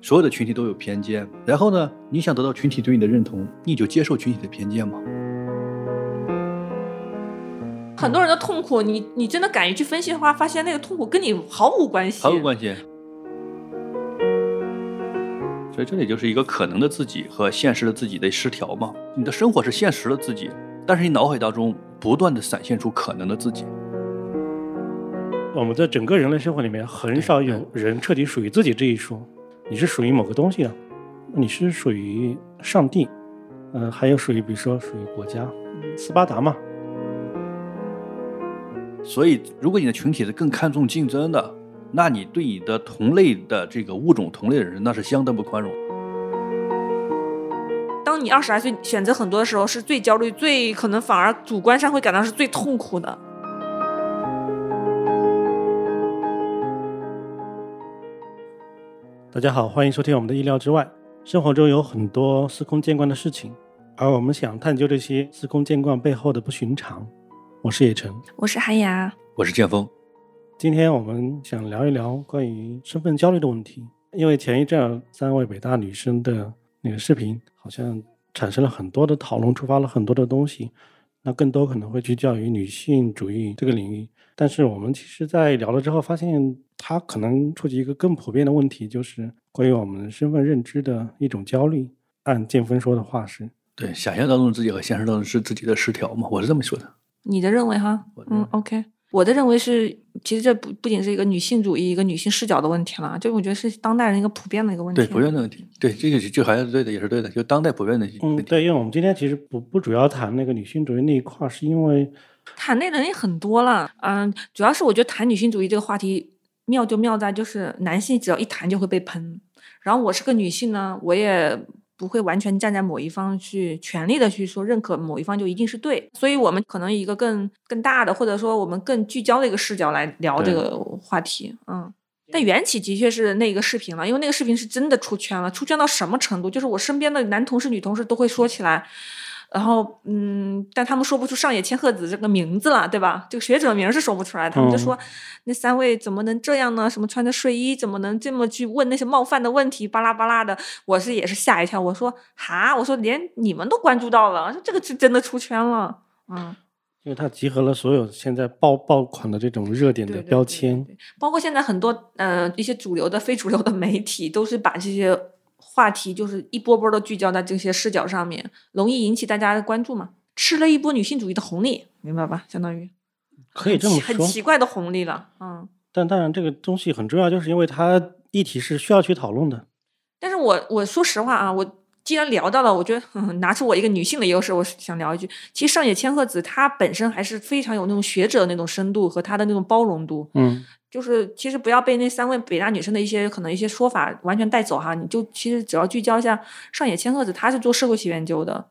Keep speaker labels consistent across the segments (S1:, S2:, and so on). S1: 所有的群体都有偏见，然后呢，你想得到群体对你的认同，你就接受群体的偏见嘛。
S2: 很多人的痛苦，你你真的敢于去分析的话，发现那个痛苦跟你毫无关系，
S1: 毫无关系。所以这里就是一个可能的自己和现实的自己的失调嘛。你的生活是现实的自己，但是你脑海当中不断的闪现出可能的自己。
S3: 我们在整个人类生活里面，很少有人彻底属于自己这一说。你是属于某个东西的，啊你是属于上帝，嗯、呃，还有属于比如说属于国家，斯巴达嘛。
S1: 所以，如果你的群体是更看重竞争的，那你对你的同类的这个物种、同类的人，那是相当不宽容。
S2: 当你二十来岁选择很多的时候，是最焦虑、最可能反而主观上会感到是最痛苦的。
S3: 大家好，欢迎收听我们的《意料之外》。生活中有很多司空见惯的事情，而我们想探究这些司空见惯背后的不寻常。我是叶晨，
S2: 我是韩雅，
S1: 我是剑锋。
S3: 今天我们想聊一聊关于身份焦虑的问题，因为前一阵三位北大女生的那个视频，好像产生了很多的讨论，触发了很多的东西。那更多可能会聚焦于女性主义这个领域，但是我们其实，在聊了之后，发现它可能触及一个更普遍的问题，就是关于我们身份认知的一种焦虑。按建峰说的话是，
S1: 对想象当中自己和现实当中是自己的失调嘛，我是这么说的。
S2: 你的认为哈，嗯，OK，我的认为是，其实这不不仅是一个女性主义、一个女性视角的问题了，就我觉得是当代人一个普遍的一个问题。
S1: 对，普遍的问题，对，这个这好像是对的，也是对的，就当代普遍的问题。
S3: 嗯，对，因为我们今天其实不不主要谈那个女性主义那一块，是因为
S2: 谈那人也很多了，嗯，主要是我觉得谈女性主义这个话题妙就妙在就是男性只要一谈就会被喷，然后我是个女性呢，我也。不会完全站在某一方去全力的去说认可某一方就一定是对，所以我们可能以一个更更大的，或者说我们更聚焦的一个视角来聊这个话题，嗯。但缘起的确是那个视频了，因为那个视频是真的出圈了，出圈到什么程度？就是我身边的男同事、女同事都会说起来，然后嗯，但他们说不出上野千鹤子这个名字了，对吧？这个学者名是说不出来，他们就说、嗯、那三位怎么能这样呢？什么穿着睡衣怎么能这么去问那些冒犯的问题？巴拉巴拉的，我是也是吓一跳，我说哈，我说连你们都关注到了，这个是真的出圈了，嗯。
S3: 因为它集合了所有现在爆爆款的这种热点的标签，
S2: 对对对包括现在很多呃一些主流的、非主流的媒体，都是把这些话题就是一波波的聚焦在这些视角上面，容易引起大家的关注嘛。吃了一波女性主义的红利，明白吧？相当于
S3: 可以这么
S2: 说，很奇怪的红利了。嗯，
S3: 但当然这个东西很重要，就是因为它议题是需要去讨论的。
S2: 但是我我说实话啊，我。既然聊到了，我觉得、 嗯、拿出我一个女性的优势，我想聊一句，其实上野千鹤子她本身还是非常有那种学者那种深度和她的那种包容度，
S3: 嗯，
S2: 就是其实不要被那三位北大女生的一些可能一些说法完全带走哈，你就其实只要聚焦一下上野千鹤子，她是做社会学研究的，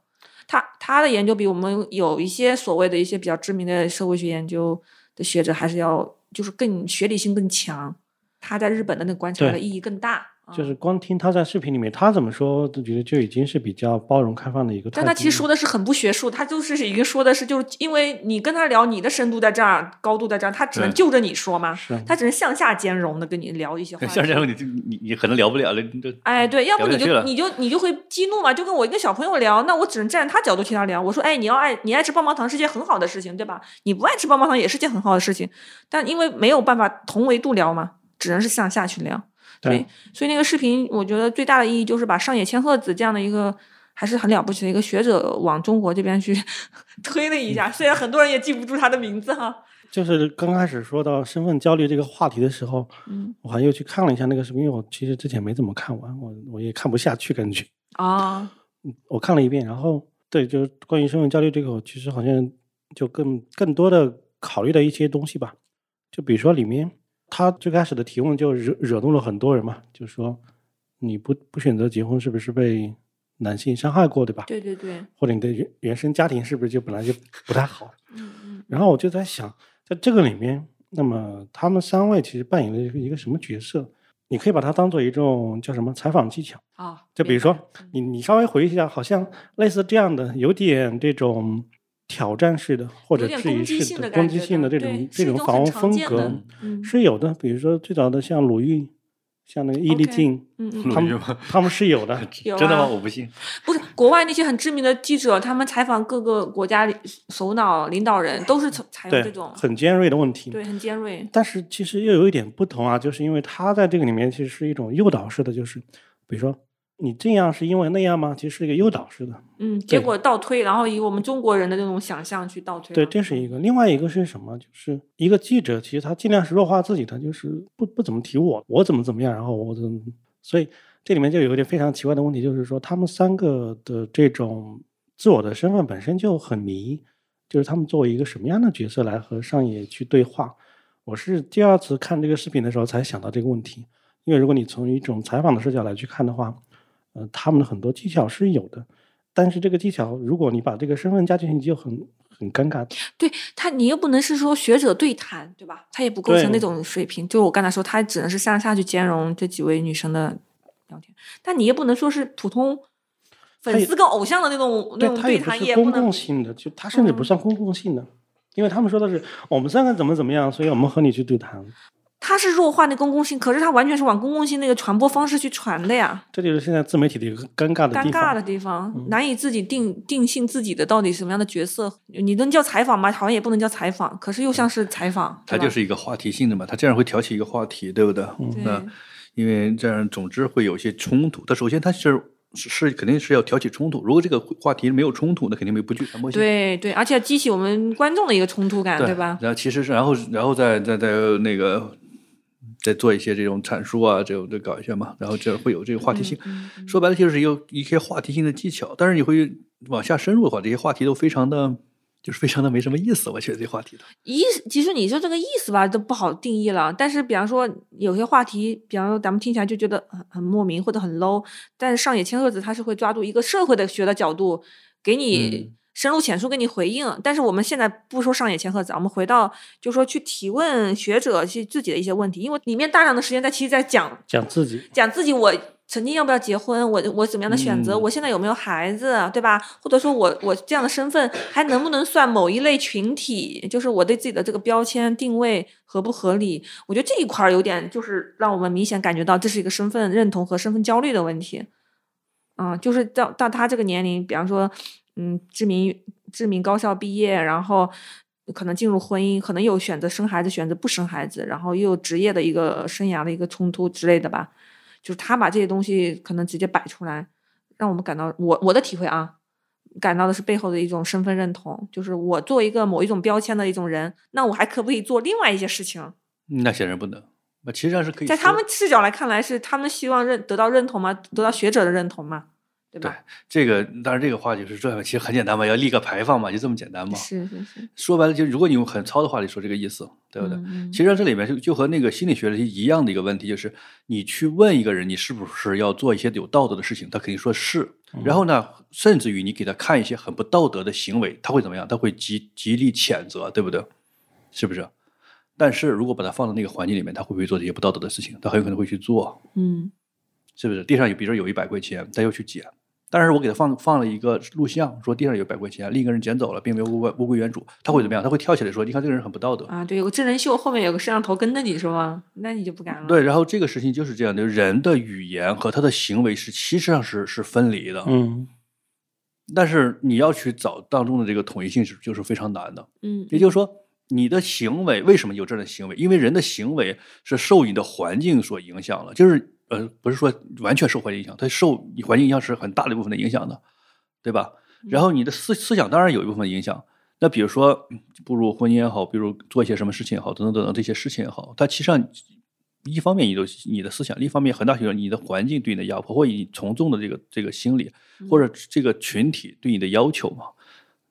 S2: 她她的研究比我们有一些所谓的一些比较知名的社会学研究的学者还是要就是更学理性更强，她在日本的那观察的意义更大。啊
S3: 就是光听他在视频里面他怎么说，都觉得就已经是比较包容开放的一个。
S2: 但他其实说的是很不学术，他就是已经说的是，就是因为你跟他聊，你的深度在这儿，高度在这儿，他只能就着你说嘛，
S3: 啊
S2: 他只能向下兼容的跟你聊一些话题。
S1: 向下兼容，你你你可能聊不了了，你就
S2: 哎对，要
S1: 不
S2: 你就你就你就会激怒嘛，就跟我跟小朋友聊，那我只能站在他角度替他聊。我说，哎，你要爱你爱吃棒棒糖是件很好的事情，对吧？你不爱吃棒棒糖也是件很好的事情，但因为没有办法同维度聊嘛，只能是向下去聊。所以，所以那个视频，我觉得最大的意义就是把上野千鹤子这样的一个还是很了不起的一个学者往中国这边去 推了一下。虽然很多人也记不住他的名字哈。
S3: 就是刚开始说到身份焦虑这个话题的时候，嗯，我还又去看了一下那个视频，因为我其实之前没怎么看完，我我也看不下去，感觉
S2: 啊，
S3: 我看了一遍，然后对，就是关于身份焦虑这个，我其实好像就更更多的考虑的一些东西吧，就比如说里面。他最开始的提问就惹惹怒了很多人嘛，就说你不不选择结婚，是不是被男性伤害过，对吧？
S2: 对对对。
S3: 或者你的原原生家庭是不是就本来就不太好？
S2: 嗯嗯。
S3: 然后我就在想，在这个里面，那么他们三位其实扮演了一个一个什么角色？你可以把它当做一种叫什么采访技巧
S2: 啊、哦？
S3: 就比如说，你你稍微回忆一下，好像类似这样的，有点这种。挑战式的或者
S2: 有点
S3: 质疑
S2: 攻击
S3: 式
S2: 性
S3: 的
S2: 的
S3: 攻
S2: 感
S3: 击
S2: 觉的
S3: 性的这
S2: 对
S3: 种
S2: 是
S3: 这
S2: 一
S3: 种
S2: 种
S3: 访
S2: 很
S3: 问
S2: 常
S3: 风
S2: 见的
S3: 格
S2: 嗯
S3: 是有的，比如说最早的像鲁豫，像那个易立
S2: OK
S3: 竞，
S2: 嗯嗯，
S1: 鲁
S3: 他
S1: 豫
S3: 们
S1: 吗
S3: 他们是 有的，
S2: 有
S1: 真的吗？
S2: 啊
S1: 我不信。
S2: 不是国外那些很知名的记者，他们采访各个国家里首脑、领导人，都是采采用
S3: 对
S2: 这种，
S3: 很尖锐的问题。
S2: 对，很尖锐。
S3: 但是其实又有一点不同啊，就是因为他在这个里面其实是一种诱导式的，就是比如说你这样是因为那样吗？其实是一个诱导式的。
S2: 嗯，结
S3: 对
S2: 果倒推，然后以我们中国人的这种想象去倒推。嗯
S3: 对，这是一个。另外一个是什么？就是一个记者，其实他尽量是弱化自己的，就是不不怎么提我，我怎么怎么样，然后我怎么，所以这里面就有一点非常奇怪的问题，就是说他们三个的这种自我的身份本身就很迷，就是他们作为一个什么样的角色来和上野去对话。我是第二次看这个视频的时候才想到这个问题，因为如果你从一种采访的视角来去看的话，呃，他们的很多技巧是有的。但是这个技巧，如果你把这个身份加进去，就很很尴尬。
S2: 对他，你又不能是说学者对谈，对吧？他也不构成
S3: 对
S2: 那种水平。就我刚才说，他只能是上下去兼容这几位女生的聊天，但你也不能说是普通
S3: 他
S2: 粉
S3: 也
S2: 丝跟偶像的那种那
S3: 对，
S2: 种
S3: 它也不
S2: 谈，
S3: 是
S2: 也
S3: 公
S2: 不
S3: 共
S2: 能。嗯
S3: 性的，就它甚至不算公共性的，因为他们说的是我们三个怎么怎么样，所以我们和你去对谈，
S2: 他是弱化那公共性，可是他完全是往公共性那个传播方式去传的呀。
S3: 这就是现在自媒体的一个尴尬的
S2: 尴
S3: 地
S2: 尬
S3: 方。
S2: 的地方，
S3: 嗯
S2: 难以自己定定性自己的到底什么样的角色。你能叫采访吗？好像也不能叫采访，可是又像是采访。
S1: 嗯它
S2: 对吧嗯
S1: 就是一个话题性的嘛，它这样会挑起一个话题，对不对？
S2: 对
S1: 那因为这样，总之会有一些冲突。它首先它是是是肯定是要挑起冲突，如果这个话题没有冲突，那肯定没不具传播性。
S2: 对对，而且激起我们观众的一个冲突感，对吧？
S1: 然后其实是，然后然后再再再那个，再做一些这种阐述啊，这种再搞一下嘛，然后这会有这个话
S2: 嗯
S1: 题性。说白了就是有一些话题性的技巧，但是你会往下深入的话，这些话题都非常的，就是非常的没什么意思。我觉得这话题都
S2: 意思其实你说这个意思吧，都不好定义了。但是，比方说有些话题，比方说咱们听起来就觉得很很莫名或者很 low，但是上野千鹤子他是会抓住一个社会的学的角度，给你深入浅出给你回应。但是我们现在不说上野千鹤子啊，我们回到就说去提问学者去自己的一些问题，因为里面大量的时间在其实在讲
S3: 讲自己，
S2: 讲自己我曾经要不要结婚，我我怎么样的选择，
S1: 嗯
S2: 我现在有没有孩子，啊对吧？或者说我我这样的身份还能不能算某一类群体？就是我对自己的这个标签定位合不合理？我觉得这一块儿有点就是让我们明显感觉到这是一个身份认同和身份焦虑的问题。嗯，就是到到他这个年龄，比方说，嗯，知名知名高校毕业，然后可能进入婚姻，可能有选择生孩子，选择不生孩子，然后又有职业的一个生涯的一个冲突之类的吧。就是他把这些东西可能直接摆出来，让我们感到我我的体会啊，感到的是背后的一种身份认同，就是我作为一个某一种标签的一种人，那我还可不可以做另外一些事情？
S1: 嗯那显然不能。那其实上是可以
S2: 在
S1: 说
S2: 他们视角来看来，是他们希望认得到认同吗？得到学者的认同吗？对吧？
S1: 这个，当然这个话就是这样，其实很简单嘛，要立个牌坊嘛，就这么简单嘛。
S2: 是是是，
S1: 说白了，就是如果你用很糙的话里说这个意思，对不对？
S2: 嗯
S1: 其实上这里面就就和那个心理学的一样的一个问题，就是你去问一个人，你是不是要做一些有道德的事情，他肯定说是。然后呢，甚至于你给他看一些很不道德的行为，他会怎么样？他会极极力谴责，对不对？是不是？但是如果把他放到那个环境里面，他会不会做这些不道德的事情？他很有可能会去做。
S2: 嗯
S1: 是不是？地上有，比如说有一百块钱，他又去捡，但是我给他放放了一个录像，说地上有一百块钱，另一个人捡走了，并没有物归物归原主，他会怎么样？他会跳起来说：“你看这个人很不道德。
S2: 啊，对，有个真人秀，后面有个摄像头跟着你是吗？那你就不敢了。
S1: 对，然后这个事情就是这样的，人的语言和他的行为是其实上是是分离的，
S3: 嗯，
S1: 但是你要去找当中的这个统一性是就是非常难的。
S2: 嗯，
S1: 也就是说，你的行为为什么有这样的行为？因为人的行为是受你的环境所影响了，就是呃，不是说完全受环境影响，它受你环境影响是很大的一部分的影响的，对吧？然
S2: 嗯
S1: 后你的思思想当然有一部分影响。那比如说嗯步入婚姻也好，比如做一些什么事情也好，等等等等这些事情也好，它其实上一方面你的你的思想，另一方面很大程度上你的环境对你的压迫，或者你从众的这个这个心理，或
S2: 嗯
S1: 者这个群体对你的要求嘛，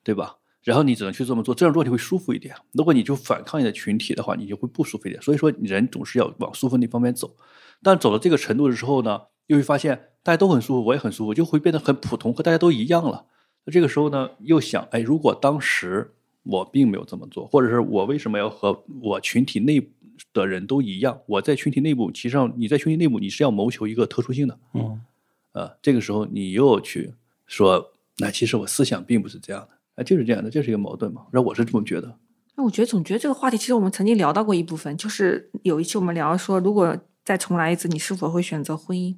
S1: 对吧？然后你只能去这么做，这样做你会舒服一点。如果你就反抗你的群体的话，你就会不舒服一点。所以说，人总是要往舒服那方面走。但走到这个程度的时候呢，又会发现大家都很舒服，我也很舒服，就会变得很普通，和大家都一样了。那这个时候呢，又想，哎，如果当时我并没有这么做，或者是我为什么要和我群体内部的人都一样？我在群体内部，其实上你在群体内部，你是要谋求一个特殊性的。
S3: 嗯，
S1: 啊呃，这个时候你又去说，那其实我思想并不是这样的，哎、哎，就是这样的，这是一个矛盾嘛。然后我是这么觉得，
S2: 那我觉得总觉得这个话题，其实我们曾经聊到过一部分，就是有一期我们聊说，如果再重来一次，你是否会选择婚姻？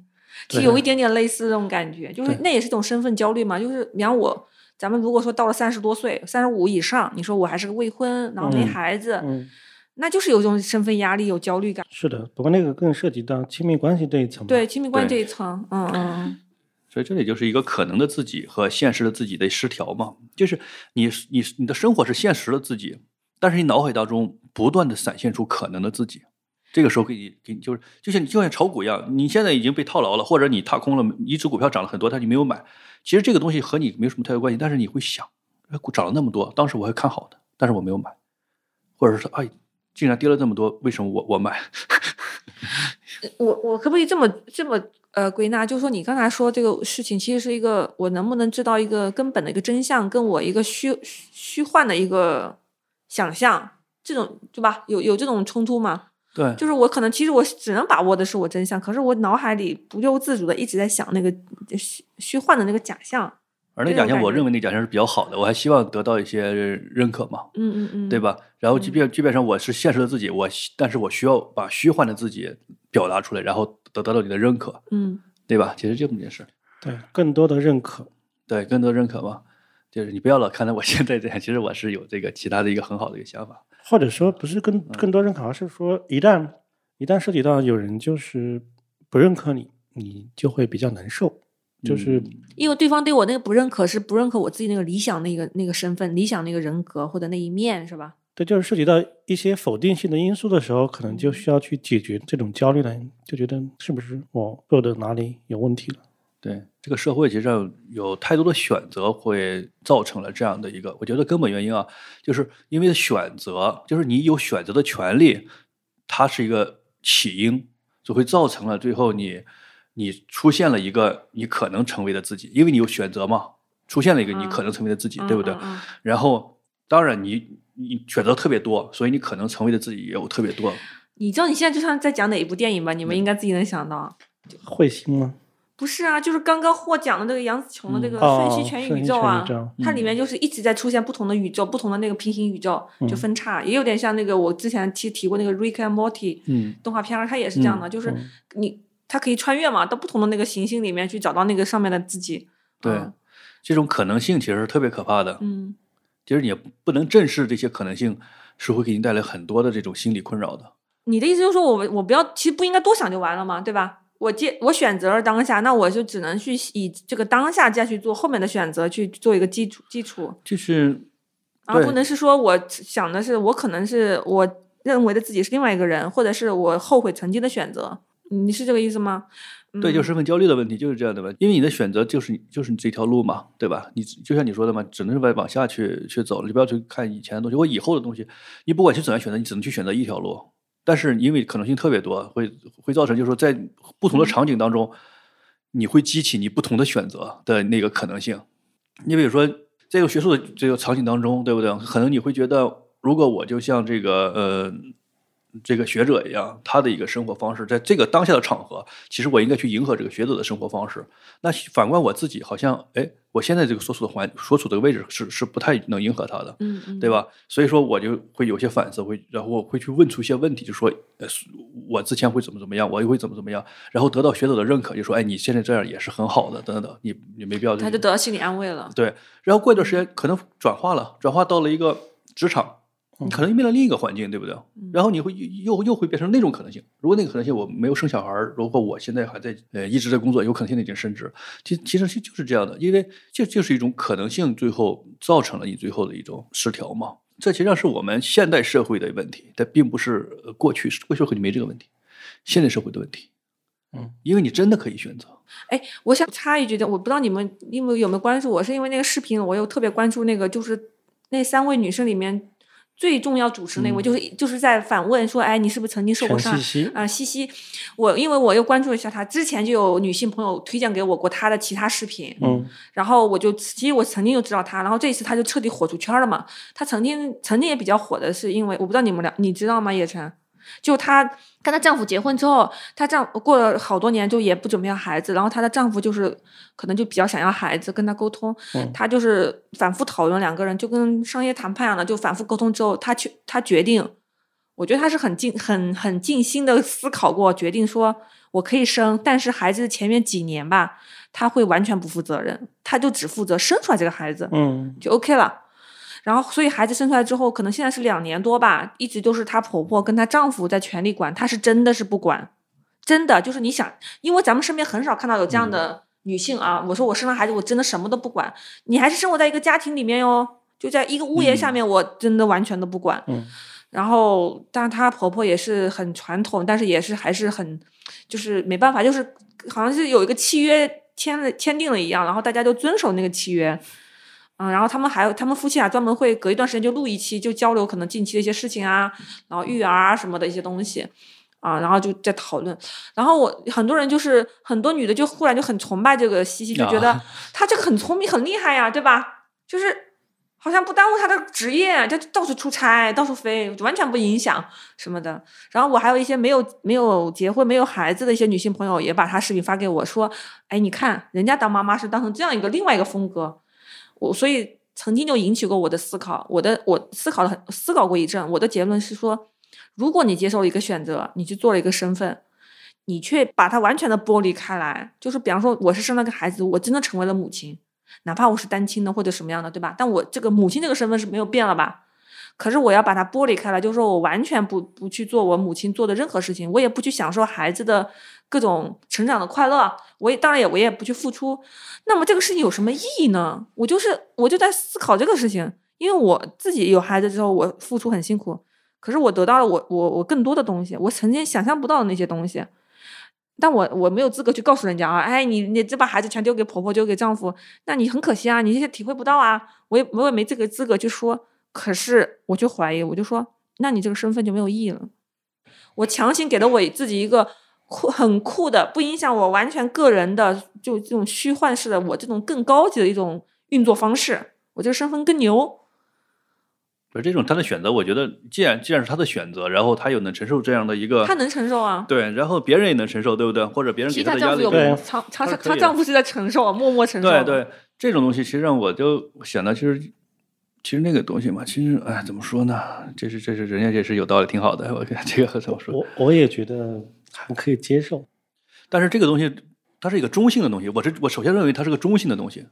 S2: 其实
S3: 对
S2: 有一点点类似这种感觉，就是
S3: 对
S2: 那也是一种身份焦虑嘛。就是比方我，咱们如果说到了三十多岁、三十五以上，你说我还是个未婚，然后没
S3: 嗯
S2: 孩子，
S3: 嗯，
S2: 呃那就是有一种身份压力、有焦虑感。
S3: 是的，不过那个更涉及到亲密关系这一层嘛。
S2: 对亲密关系这
S1: 对
S2: 一层，嗯嗯
S1: 所以这里就是一个可能的自己和现实的自己的失调嘛。就是你你你的生活是现实的自己，但是你脑海当中不断的闪现出可能的自己。这个时候给你给你就是就像你就像炒股一样，你现在已经被套牢了，或者你踏空了一只股票涨了很多，但你没有买。其实这个东西和你没什么太大关系，但是你会想，哎，股涨了那么多，当时我还看好的，但是我没有买，或者是哎，竟然跌了这么多，为什么我我买？
S2: 嗯，我我可不可以这么这么呃归纳？就是说你刚才说这个事情，其实是一个我能不能知道一个根本的一个真相，跟我一个虚虚虚幻的一个想象，这种对吧？有有这种冲突吗？
S1: 对，
S2: 就是我可能其实我只能把握的是我真相，可是我脑海里不由自主的一直在想那个虚虚幻的那个假象。
S1: 而那
S2: 这种
S1: 奖项，
S2: 感
S1: 我
S2: 觉
S1: 认为那奖项是比较好的，我还希望得到一些认可嘛。
S2: 嗯嗯嗯，
S1: 对？吧？然后即便即便上我是现实的自己，我希但是我需要把虚幻的自己表达出来，然后得得到你的认可，
S2: 嗯，
S1: 对吧？其实这么件事，
S3: 对，更多的认可。
S1: 对更多认可嘛，就是你不要老看到我现在这样，其实我是有这个其他的一个很好的一个想法，
S3: 或者说不是更
S2: 嗯
S3: 更多认可，而是说一旦一旦涉及到有人就是不认可你，你就会比较难受，就是、
S1: 嗯
S2: 因为对方对我那个不认可，是不认可我自己那个理想那个那个身份、理想那个人格或者那一面，是吧？
S3: 对，就是涉及到一些否定性的因素的时候，可能就需要去解决这种焦虑了，就觉得是不是我做的哪里有问题了？
S1: 对这个社会其实上有太多的选择，会造成了这样的一个，我觉得根本原因啊，就是因为选择，就是你有选择的权利，它是一个起因，就会造成了最后你你出现了一个你可能成为的自己，因为你有选择嘛，出现了一个你可能成为的自己，对不对？
S2: 嗯嗯嗯
S1: 然后当然你你选择特别多，所以你可能成为的自己也有特别多，
S2: 你知道你现在就像在讲哪一部电影吧？你
S3: 嗯
S2: 们应该自己能想到。
S3: 会心吗？
S2: 不是啊，就是刚刚获奖的这个杨紫琼的这个《
S3: 嗯
S2: 瞬
S3: 哦
S2: 息全
S3: 瞬
S2: 宇
S3: 息
S2: 宙》
S3: 全
S2: 啊
S3: 宇宙，
S2: 它里面就是一直在出现不同的宇宙、不同的那个平行宇宙，就
S3: 嗯
S2: 分叉，也有点像那个我之前提提过那个《Rick and Morty》
S1: 嗯，
S2: 动画片儿，它也是这样的，就是
S3: 嗯
S2: 你它可以穿越嘛，到不同的那个行星里面去找到那个上面的自己。
S1: 对
S2: 嗯
S1: 这种可能性其实是特别可怕的，
S2: 嗯，
S1: 其实你也不能正视这些可能性，是会给你带来很多的这种心理困扰的。
S2: 你的意思就是说我我不要，其实不应该多想就完了嘛，对吧？我接我选择了当下，那我就只能去以这个当下再去做后面的选择，去做一个基础基础，
S1: 就是，
S2: 而不
S1: 对
S2: 能是说我想的是我可能是我认为的自己是另外一个人，或者是我后悔曾经的选择，你是这个意思吗？
S1: 对，就
S2: 嗯
S1: 身份焦虑的问题就是这样的问题，因为你的选择就是你就是你这条路嘛，对吧？你就像你说的嘛，只能是往往下去去走，你不要去看以前的东西或以后的东西。你不管去怎样选择，你只能去选择一条路。但是因为可能性特别多，会会造成就是说在不同的场景当中，你会激起你不同的选择的那个可能性。你比如说，在一个学术的这个场景当中，对不对？可能你会觉得，如果我就像这个呃这个学者一样，他的一个生活方式，在这个当下的场合，其实我应该去迎合这个学者的生活方式。那反观我自己，好像哎，我现在这个所处的环所处的位置是是不太能迎合他的。
S2: 嗯嗯，
S1: 对？吧？所以说我就会有些反思，会然后我会去问出一些问题，就说，呃，我之前会怎么怎么样，我又会怎么怎么样，然后得到学者的认可，就说，哎，你现在这样也是很好的，等等等，你你没必要这
S2: 他
S1: 样。
S2: 就得到心理安慰了。
S1: 对，然后过一段时间可能转化了，转化到了一个职场，你
S3: 嗯
S1: 可能面临另一个环境，对不对？然后你会又又又会变成那种可能性。如果那个可能性我没有生小孩儿，如果我现在还在呃一直在工作，有可能性已经升职。其其实就是这样的，因为这就是一种可能性，最后造成了你最后的一种失调嘛。这其实上是我们现代社会的问题，但并不是呃过去过去社会里没这个问题，现代社会的问题。
S3: 嗯，
S1: 因为你真的可以选择。
S2: 哎，我想插一句的，我不知道你们你们有没有关注我，是因为那个视频，我有特别关注那个，就是那三位女生里面最重要主持那位，
S1: 嗯
S2: 就是就是在反问说，哎，你是不是曾经受过
S3: 全
S2: 伤
S3: 信？息
S2: 啊、西西，我因为我又关注了一下她，之前就有女性朋友推荐给我过她的其他视频，
S3: 嗯
S2: 然后我就其实我曾经就知道她，然后这一次她就彻底火出圈了嘛。她曾经曾经也比较火的是因为我不知道你们俩你知道吗？叶晨，就她跟她丈夫结婚之后，她丈过了好多年，就也不准备要孩子。然后她的丈夫就是可能就比较想要孩子，跟她沟通，
S3: 嗯
S2: 她就是反复讨论两个人，就跟商业谈判一样的，就反复沟通之后，她去她决定，我觉得她是很尽很很尽心的思考过，决定说我可以生，但是孩子前面几年吧，她会完全不负责任，她就只负责生出来这个孩子，
S3: 嗯
S2: 就 OK 了。然后，所以孩子生出来之后，可能现在是两年多吧，一直都是她婆婆跟她丈夫在全力管，她是真的是不管，真的就是你想，因为咱们身边很少看到有这样的女性啊。我说我生了孩子，我真的什么都不管，你还是生活在一个家庭里面哟，就在一个屋檐下面，我真的完全都不管。
S3: 嗯
S2: 然后，但她婆婆也是很传统，但是也是还是很，就是没办法，就是好像是有一个契约签了签订了一样，然后大家就遵守那个契约。嗯，然后他们还有他们夫妻俩专门会隔一段时间就录一期，就交流可能近期的一些事情啊，然后育儿啊什么的一些东西。啊，然后就在讨论，然后我很多人就是很多女的就忽然就很崇拜这个西西，就觉得
S1: 啊
S2: 她这个很聪明很厉害呀、对吧？就是好像不耽误她的职业，她就到处出差，到处飞，完全不影响什么的。然后我还有一些没有没有结婚、没有孩子的一些女性朋友，也把她视频发给我说，哎，你看人家当妈妈是当成这样一个另外一个风格，我所以曾经就引起过我的思考，我的我思考了很思考过一阵，我的结论是说，如果你接受了一个选择，你去做了一个身份，你却把它完全的剥离开来，就是比方说我是生了个孩子，我真的成为了母亲，哪怕我是单亲的或者什么样的，对吧？但我这个母亲这个身份是没有变了吧？可是我要把它剥离开来，就是说我完全不不去做我母亲做的任何事情，我也不去享受孩子的各种成长的快乐，我也当然也我也不去付出。那么这个事情有什么意义呢？我就是我就在思考这个事情，因为我自己有孩子之后，我付出很辛苦，可是我得到了我我我更多的东西，我曾经想象不到的那些东西。但我我没有资格去告诉人家啊，哎，你你这把孩子全丢给婆婆，丢给丈夫，那你很可惜啊，你这些体会不到啊，我也我也没这个资格去说。可是我就怀疑，我就说，那你这个身份就没有意义了。我强行给了我自己一个酷很酷的，不影响我完全个人的，就这种虚幻式的，我这种更高级的一种运作方式，我这个身份更牛。
S1: 而这种他的选择，我觉得既然既然是他的选择，然后他又能承受这样的一个，
S2: 她能承受啊。
S1: 对，然后别人也能承受，对不呃对？或者别人给
S2: 其实
S1: 他
S2: 她
S1: 的压
S2: 丈夫
S1: 力
S2: 有
S1: 更
S3: 对啊
S2: 她她
S1: 她是
S2: 她
S1: 可
S2: 她
S1: 以
S2: 丈夫是在承受啊，默默承受。
S1: 对对，这种东西其实让我就想到，就是其实那个东西嘛，其实哎，怎么说呢？这是这是人家也是有道理，挺好的。我觉得这个怎么说？
S3: 我我也觉得还可以接受。
S1: 但是这个东西它是一个中性的东西，我是我首先认为它是个中性的东西，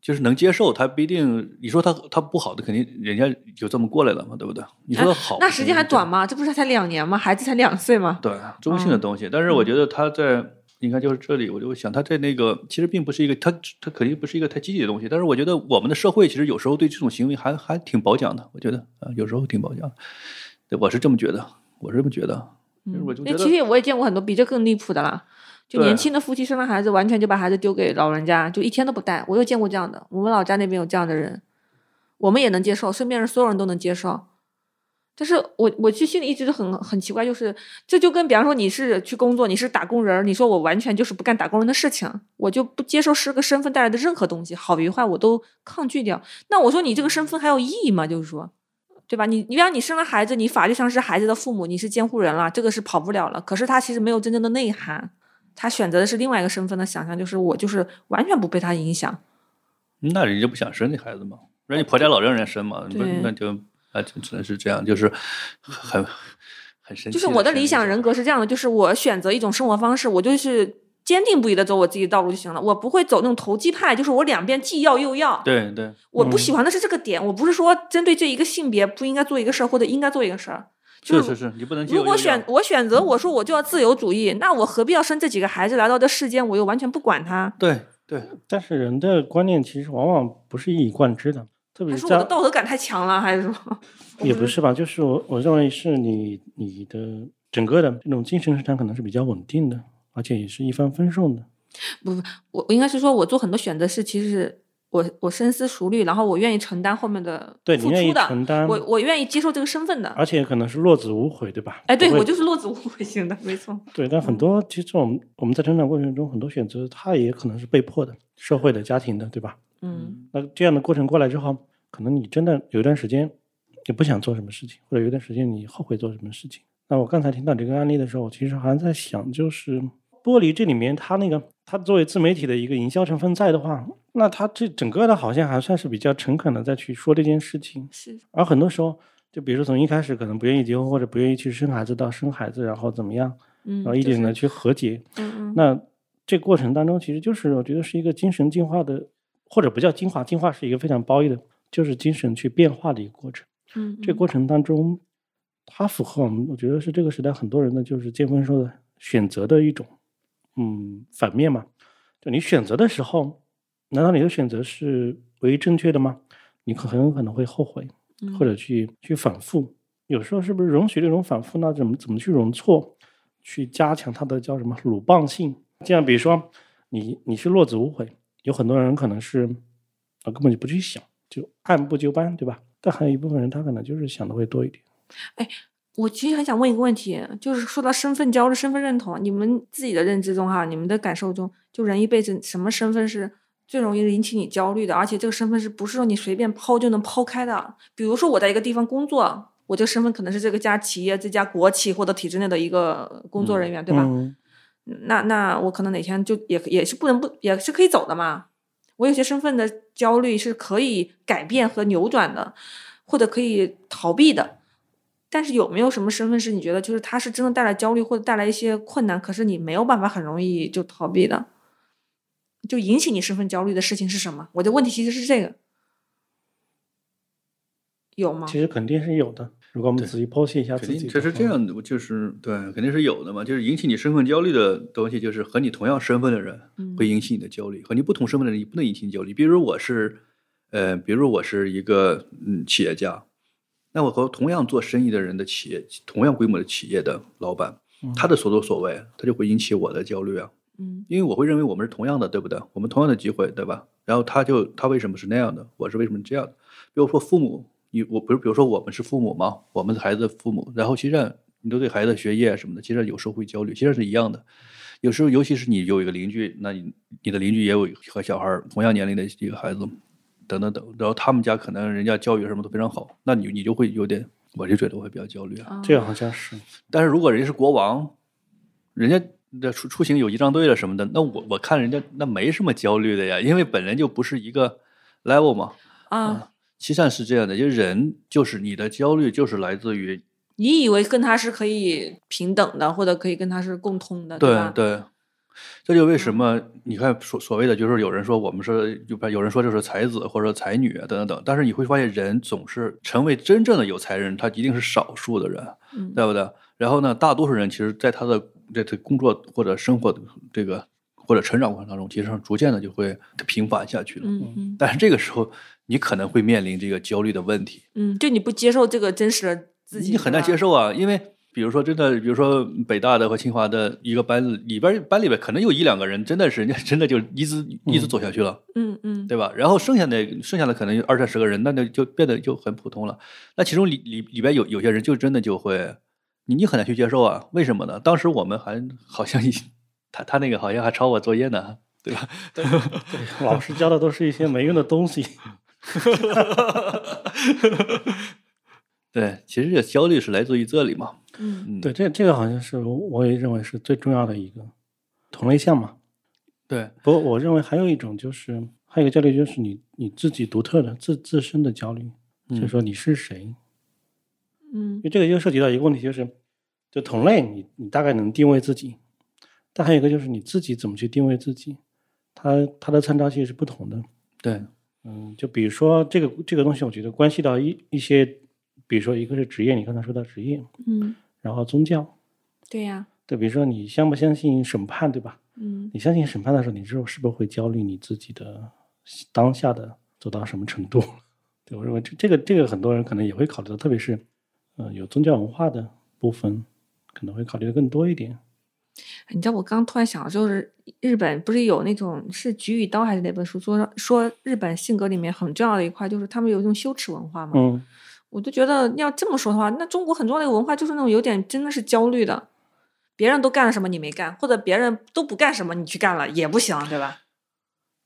S1: 就是能接受，它不一定你说它它不好的，肯定人家就这么过来了嘛，对不对？你说它好，
S2: 那时间还短
S1: 吗？
S2: 吗？这不是才两年吗？孩子才两岁吗？
S1: 对，中性的
S2: 嗯
S1: 东西。但是我觉得他在，你看，就是这里，我就想他在那个，其实并不是一个，他他肯定不是一个太积极的东西。但是我觉得我们的社会其实有时候对这种行为还还挺褒奖的，我觉得啊，有时候挺褒奖的。对我是这么觉得，我是这么觉得。就是我就觉
S2: 嗯那
S1: 得
S2: 其实我也见过很多比这更离谱的啦，就
S1: 对
S2: 年轻的夫妻生了孩子，完全就把孩子丢给老人家，就一天都不带。我有见过这样的，我们老家那边有这样的人，我们也能接受，身边人所有人都能接受。但是我我其实心里一直都很很奇怪，就是这就跟比方说你是去工作，你是打工人儿，你说我完全就是不干打工人的事情，我就不接受是个身份带来的任何东西，好与坏我都抗拒掉。那我说你这个身份还有意义吗？就是说，对吧？你你让你生了孩子，你法律上是孩子的父母，你是监护人了，这个是跑不了了。可是他其实没有真正的内涵，他选择的是另外一个身份的想象，就是我就是完全不被他影响。
S1: 那人家不想生这孩子嘛，人家婆家老让人家生嘛，不
S2: 对
S1: 那就啊，就只能是这样，就是很很神奇。
S2: 就是我的理想人格是这样的，就是我选择一种生活方式，我就是坚定不移的走我自己的道路就行了，我不会走那种投机派，就是我两边既要又要。
S1: 对对，
S2: 我不
S3: 嗯
S2: 喜欢的是这个点，我不是说针对这一个性别不应该做一个事儿，或者应该做一个事儿。就是
S1: 是是，你不能
S2: 如果选我选择我说我就要自由主义，那我何必要生这几个孩子来到这世间，我又完全不管他？
S1: 对对，
S3: 但是人的观念其实往往不是一以贯之的，特别
S2: 他
S3: 是
S2: 说我
S3: 家
S2: 的道德感太强了，还是什么？
S3: 也不是吧，就是我我认为是你你的整个的这种精神市场可能是比较稳定的，而且也是一帆风顺的。
S2: 我我应该是说我做很多选择是其实是我我深思熟虑，然后我愿意承担后面的
S3: 对你
S2: 付
S3: 愿意
S2: 出的，
S3: 承担
S2: 我我愿意接受这个身份的。
S3: 而且可能是落子无悔，对吧？
S2: 哎，对
S3: 不会
S2: 我就是落子无悔型的，没错。嗯
S3: 对，但很多其实这种我们在成长过程中很多选择，它也可能是被迫的，社会的、家庭的，对吧？
S2: 嗯，
S3: 那这样的过程过来之后，可能你真的有一段时间也不想做什么事情，或者有一段时间你后悔做什么事情，那我刚才听到这个案例的时候，我其实还在想，就是剥离这里面它那个，它作为自媒体的一个营销成分在的话，那它这整个的好像还算是比较诚恳的再去说这件事情。
S2: 是
S3: 而很多时候，就比如说从一开始可能不愿意结婚或者不愿意去生孩子到生孩子，然后怎么样，
S2: 嗯，
S3: 然后一
S2: 就
S3: 点的
S2: 是
S3: 去和解。
S2: 嗯嗯，
S3: 那这过程当中，其实就是我觉得是一个精神进化的，或者不叫进化，进化是一个非常褒义的，就是精神去变化的一个过程。
S2: 嗯
S3: 这
S2: 嗯
S3: 过程当中，它符合我们，我觉得是这个时代很多人的就是建峰说的选择的一种，嗯，反面嘛。就你选择的时候，难道你的选择是唯一正确的吗？你可很有可能会后悔，
S2: 嗯
S3: 或
S1: 嗯
S3: 者去去反复。有时候是不是容许这种反复？那怎么怎么去容错，去加强它的叫什么鲁棒性？这样，比如说你你是落子无悔，有很多人可能是啊根本就不去想，就按部就班，对吧？但还有一部分人他可能就是想的会多一点。
S2: 我其实很想问一个问题，就是说到身份焦虑、身份认同，你们自己的认知中哈，你们的感受中，就人一辈子什么身份是最容易引起你焦虑的？而且这个身份是不是说你随便抛就能抛开的？比如说我在一个地方工作，我这个身份可能是这个家企业、这家国企或者体制内的一个工作人员，对吧？
S3: 嗯
S2: 那那我可能哪天就也也是不能不也是可以走的嘛。我有些身份的焦虑是可以改变和扭转的，或者可以逃避的。但是有没有什么身份是你觉得就是它是真的带来焦虑或者带来一些困难，可是你没有办法很容易就逃避的？就引起你身份焦虑的事情是什么？我的问题其实是这个，有吗？
S3: 其实肯定是有的。如果我们仔细剖析一下
S1: 肯
S3: 自己
S1: 定
S3: 的
S1: 这
S3: 话，
S1: 是这样的，就是对，肯定是有的嘛。就是引起你身份焦虑的东西，就是和你同样身份的人
S2: 嗯
S1: 会引起你的焦虑，和你不同身份的人也不能引起你焦虑。比如我是，呃，比如我是一个嗯企业家，那我和同样做生意的人的企业，同样规模的企业的老板，
S3: 嗯
S1: 他的所作所为，他就会引起我的焦虑啊。
S2: 嗯
S1: 因为我会认为我们是同样的，对不对？我们同样的机会，对吧？然后他就他为什么是那样的，我是为什么这样的？比如说父母，你我不是，比如说我们是父母嘛，我们是孩子的父母，然后其实上你都对孩子的学业什么的，其实上有时候会焦虑，其实上是一样的。有时候，尤其是你有一个邻居，那你你的邻居也有和小孩儿同样年龄的一个孩子，等等等，然后他们家可能人家教育什么都非常好，那你你就会有点，我就觉得我会比较焦虑啊。
S2: 啊
S3: 这个好 像是
S1: 但是如果人家是国王，人家的出出行有仪仗队了什么的，那我我看人家那没什么焦虑的呀，因为本人就不是一个 level 嘛。
S3: 嗯
S2: 啊！
S1: 其实上是这样的，就是人就是你的焦虑就是来自于
S2: 你以为跟他是可以平等的，或者可以跟他是共通的，吧？嗯
S1: 对对，这就为什么你看所所谓的就是有人说我们是有有人说就是才子或者说才女啊等等等，但是你会发现人总是成为真正的有才人，他一定是少数的人。
S2: 嗯
S1: 对不对？然后呢，大多数人其实在他的这这工作或者生活的这个或者成长过程当中，其实上逐渐的就会平凡下去了。
S2: 嗯嗯。
S1: 但是这个时候，你可能会面临这个焦虑的问题，
S2: 嗯，就你不接受这个真实的自己，
S1: 你很难接
S2: 受。
S1: 受啊，因为。比如说，真的，比如说北大的和清华的一个班里边，班里边可能有一两个人，真的是 人家真的就一直一直走下去了，
S2: 嗯嗯，
S1: 对吧？然后剩下的剩下的可能有二三十个人，那就就变得就很普通了。那其中里里里边有有些人就真的就会，你你很难去接受啊？为什么呢？当时我们还好像已他他那个好像还抄我作业呢， 对吧？
S3: 老师教的都是一些没用的东西。
S1: 嗯对，其实这焦虑是来自于这里嘛。
S2: 嗯
S1: 嗯，
S3: 对，这这个好像是我也认为是最重要的一个同类项嘛。
S1: 对
S3: 不过我认为还有一种就是，还有一个焦虑就是你你自己独特的自自身的焦虑，就是
S1: 嗯
S3: 说你是谁。因
S2: 嗯
S3: 为这个就涉及到一个问题，就是就同类你你大概能定位自己，但还有一个就是你自己怎么去定位自己，它它的参照系是不同的。
S1: 对，
S3: 嗯，就比如说这个这个东西，我觉得关系到一一些，比如说一个是职业，你刚才说到职业，
S2: 嗯，
S3: 然后宗教，
S2: 对呀，
S3: 对，比如说你相不相信审判，对吧？
S2: 嗯
S3: 你相信审判的时候，你之后是不是会焦虑你自己的当下的走到什么程度？对我认为这这个这个很多人可能也会考虑到，特别是呃有宗教文化的部分，可能会考虑的更多一点。
S2: 你知道我刚突然想到，就是日本不是有那种是《菊与刀》还是哪本书说说日本性格里面很重要的一块就是他们有一种羞耻文化嘛？
S3: 嗯，
S2: 我就觉得要这么说的话，那中国很重要的一个文化就是那种有点真的是焦虑的，别人都干了什么你没干，或者别人都不干什么你去干了也不行，对吧？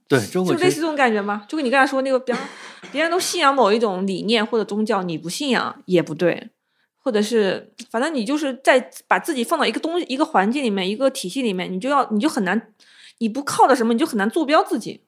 S1: 对，中国
S2: 就类
S1: 其
S2: 似
S1: 实
S2: 这种感觉吗？就跟你刚才说那个，比方别人都信仰某一种理念或者宗教，你不信仰也不对，或者是反正你就是在把自己放到一个东一个环境里面、一个体系里面，你就要你就很难，你不靠着什么你就很难坐标自己，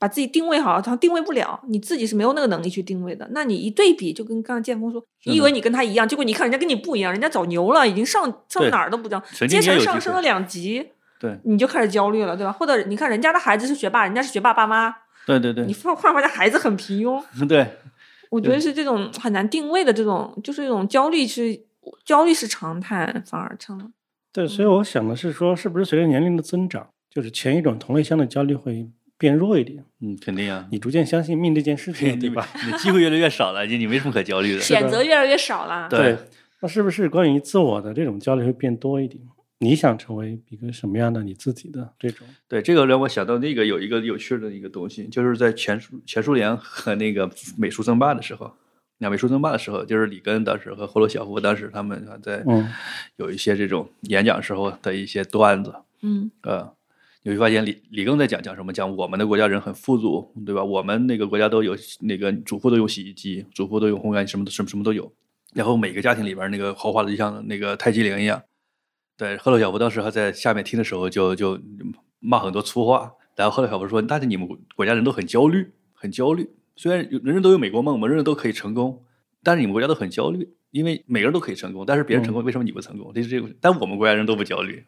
S2: 把自己定位好，他定位不了，你自己是没有那个能力去定位的。那你一对比，就跟刚才建峰说，
S1: 是的
S2: 你以为你跟他一样，结果你看人家跟你不一样，人家早牛了，已经上上
S1: 对
S2: 哪儿都不知道，
S1: 神经
S2: 阶
S1: 也
S2: 层
S1: 有
S2: 上
S1: 机
S2: 升
S1: 会
S2: 了两级，
S1: 对
S2: 你就开始焦虑了，对吧？或者你看人家的孩子是学霸，人家是学霸爸妈，
S1: 对对对
S2: 你忽然忽然发现孩子很平庸，
S1: 对，
S2: 我觉得是这种很难定位的这种，就是这种焦虑是焦虑是常态，反而成
S3: 对，所以我想的是说，是不是随着年龄的增长，就是前一种同类相的焦虑会变弱一点？
S1: 嗯，肯定啊，
S3: 你逐渐相信命这件事情了，对吧？？
S1: 你的机会越来越少了，已经你没什么可焦虑的。
S2: 选择越来越少了。
S1: 对
S3: 对，那是不是关于自我的这种焦虑会变多一点？你想成为一个什么样的你自己的这种？
S1: 对，这个让我想到那个有一个有趣儿的一个东西，就是在前苏前苏联和那个美苏争霸的时候，那美苏争霸的时候，就是里根当时和赫鲁晓夫当时他们啊在
S3: 嗯
S1: 有一些这种演讲时候的一些段子，
S2: 嗯
S1: 呃，你会发现里里根在讲讲什么？讲我们的国家人很富足，对吧？我们那个国家都有那个主妇都用洗衣机，主妇都用烘干机，什么都什么什么都有。然后每个家庭里边儿那个豪华的就像那个泰姬陵一样。对，赫鲁晓夫当时还在下面听的时候就就骂很多粗话，然后赫鲁晓夫说：“但是你们国家人都很焦虑，很焦虑。虽然有人人都有美国梦，我们人人都可以成功，但是你们国家都很焦虑，因为每个人都可以成功，但是别人成功，为什么你不成功？这是这个，但我们国家人都不焦虑，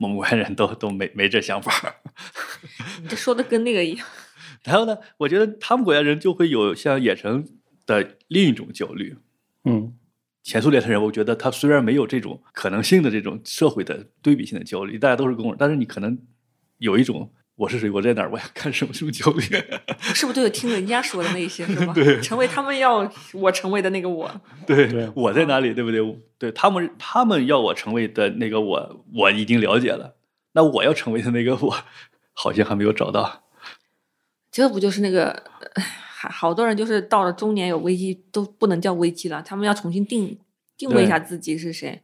S1: 我们国家人都都没没这想法儿。
S2: 你这说的跟那个一样，
S1: 然后呢，我觉得他们国家人就会有像野城的另一种焦虑。
S3: 嗯，
S1: 前苏联的人，我觉得他虽然没有这种可能性的这种社会的对比性的焦虑，大家都是工人，但是你可能有一种我是谁，我在哪儿，我要干什么什么焦虑。
S2: 是不是都有听人家说的那一些，是吧？成为他们要我成为的那个我。
S1: 对，
S3: 对
S1: 我在哪里，对不对？对他们，他们要我成为的那个我，我已经了解了。那我要成为的那个我，好像还没有找到。
S2: 这不就是那个， 唉还好多人就是到了中年有危机都不能叫危机了，他们要重新定定位一下自己是谁。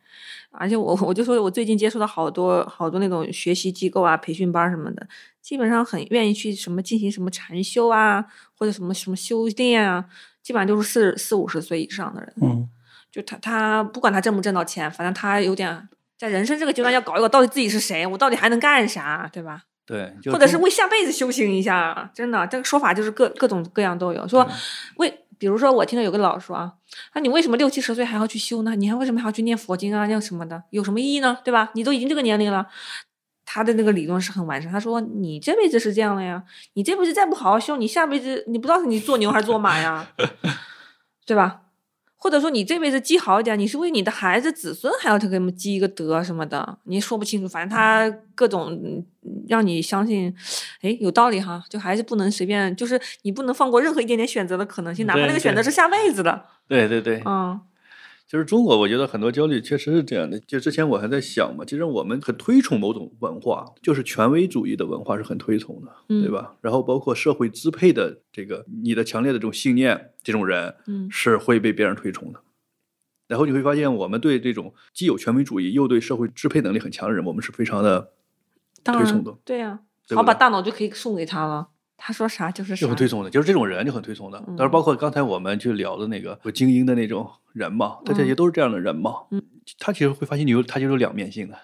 S2: 而且我我就说，我最近接触到好多好多那种学习机构啊、培训班什么的，基本上很愿意去什么进行什么禅修啊，或者什么什么修炼啊，基本上就是四四五十岁以上的人。
S3: 嗯，
S2: 就他他不管他挣不挣到钱，反正他有点在人生这个阶段要搞一搞，到底自己是谁，我到底还能干啥，对吧？
S1: 对，就
S2: 或者是
S1: 中
S2: 为下辈子修行一下，啊真的，这个说法就是各各种各样都有。
S1: 嗯
S2: 说为，比如说我听到有个老说啊，那你为什么六七十岁还要去修呢？你还为什么还要去念佛经啊，那什么的，有什么意义呢？对吧？你都已经这个年龄了。他的那个理论是很完善，他说你这辈子是这样的呀，你这辈子再不好好修，你下辈子你不知道是你做牛还是做 马呀，对吧？或者说你这辈子积好一点，你是为你的孩子子孙还要去给他们积一个德什么的，你说不清楚。反正他各种嗯让你相信，哎，有道理哈，就还是不能随便，就是你不能放过任何一点点选择的可能性，哪怕
S1: 嗯对
S2: 那个选择
S1: 对
S2: 是下辈子的，
S1: 对对对，
S2: 嗯。
S1: 就是中国，我觉得很多焦虑确实是这样的。就之前我还在想嘛，其实我们很推崇某种文化，就是权威主义的文化是很推崇的，
S2: 嗯
S1: 对吧？然后包括社会支配的这个你的强烈的这种信念，这种人
S2: 嗯
S1: 是会被别人推崇的。然后你会发现，我们对这种既有权威主义又对社会支配能力很强的人，我们是非常的
S2: 当
S1: 推
S2: 然
S1: 崇的，
S2: 对呀、
S1: 对
S2: 好
S1: 不
S2: 把
S1: 对
S2: 大脑就可以送给他了，他说啥就是啥
S1: 就。很推崇的，就是这种人就很推崇的。
S2: 嗯
S1: 当然，包括刚才我们去聊的那个精英的那种人嘛，大家
S2: 嗯
S1: 也都是这样的人嘛。
S2: 嗯
S1: 他其实会发现你有，他就是有两面性的。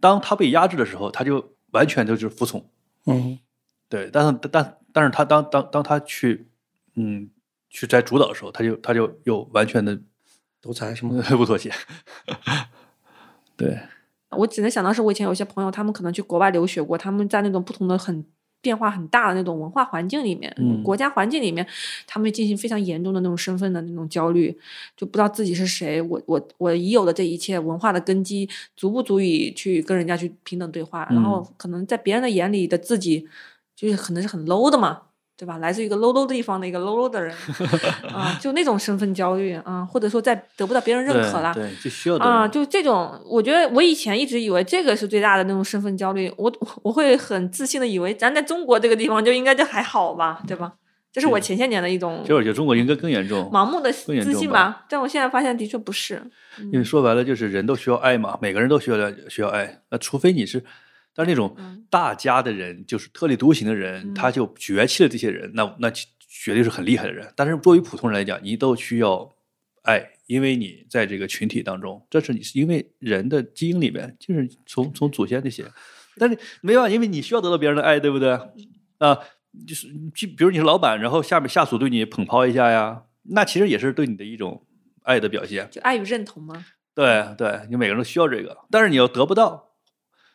S1: 当他被压制的时候，他就完全就是服从。
S3: 嗯，
S1: 对，但是但但是他当当当他去嗯去在主导的时候，他就他就又完全的
S3: 独裁什
S1: 不妥协。对，
S2: 我只能想到是我以前有些朋友，他们可能去国外留学过，他们在那种不同的很变化很大的那种文化环境里面、
S1: 嗯
S2: 国家环境里面，他们进行非常严重的那种身份的那种焦虑，就不知道自己是谁，我我我已有的这一切文化的根基足不足以去跟人家去平等对话，然后可能在别人的眼里的自己，就是可能是很 low 的嘛。对吧？来自于一个 low low 地方的一个 low low 的人 啊，就那种身份焦虑啊，或者说在得不到别人认可啦，
S1: 对，对就需要的
S2: 啊，
S1: 人
S2: 就这种，我觉得我以前一直以为这个是最大的那种身份焦虑，我 我会很自信的以为咱在中国这个地方就应该就还好吧，对吧？这是我
S1: 对
S2: 前些年的一种
S1: 其实我觉得中国应该更严重，
S2: 盲目的
S1: 更严
S2: 自
S1: 重
S2: 信
S1: 吧
S2: 吧，但我现在发现的确不是。嗯
S1: 因为说白了就是人都需要爱嘛，每个人都需要需要爱。那除非你是，但是那种
S2: 嗯
S1: 大家的人，就是特立独行的人，
S2: 嗯
S1: 他就崛起了这些人，那那绝对是很厉害的人。但是作为普通人来讲，你都需要爱，因为你在这个群体当中，这是你因为人的基因里面就是从从祖先那些，但是没办法，因为你需要得到别人的爱，对不对？啊、就是就比如你是老板，然后下面下属对你捧抛一下呀，那其实也是对你的一种爱的表现。
S2: 就爱与认同吗？
S1: 对对，你每个人都需要这个，但是你要得不到，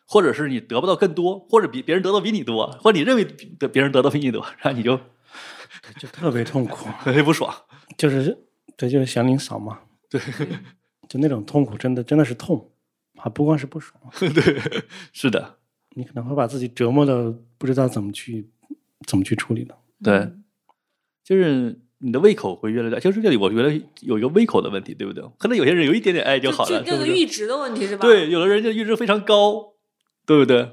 S1: 或者是你得不到更多，或者比别人得到比你多，或者你认为比得别人得到比你多，然后你就
S3: 就特别痛苦，
S1: 很不爽。
S3: 就是这就是祥林嫂嘛，
S2: 对
S3: 就那种痛苦，真的真的是痛，还不光是不爽，
S1: 对，是的，
S3: 你可能会把自己折磨的不知道怎么去怎么去处理的。
S1: 对
S2: 嗯
S1: 就是你的胃口会越来越大。其实这里我觉得有一个胃口的问题，对不对？可能有些人有一点点爱
S2: 就
S1: 好了，
S2: 就这
S1: 对不
S2: 个
S1: 对？
S2: 阈值的问题是吧？
S1: 对，有的人就阈值非常高，对不对？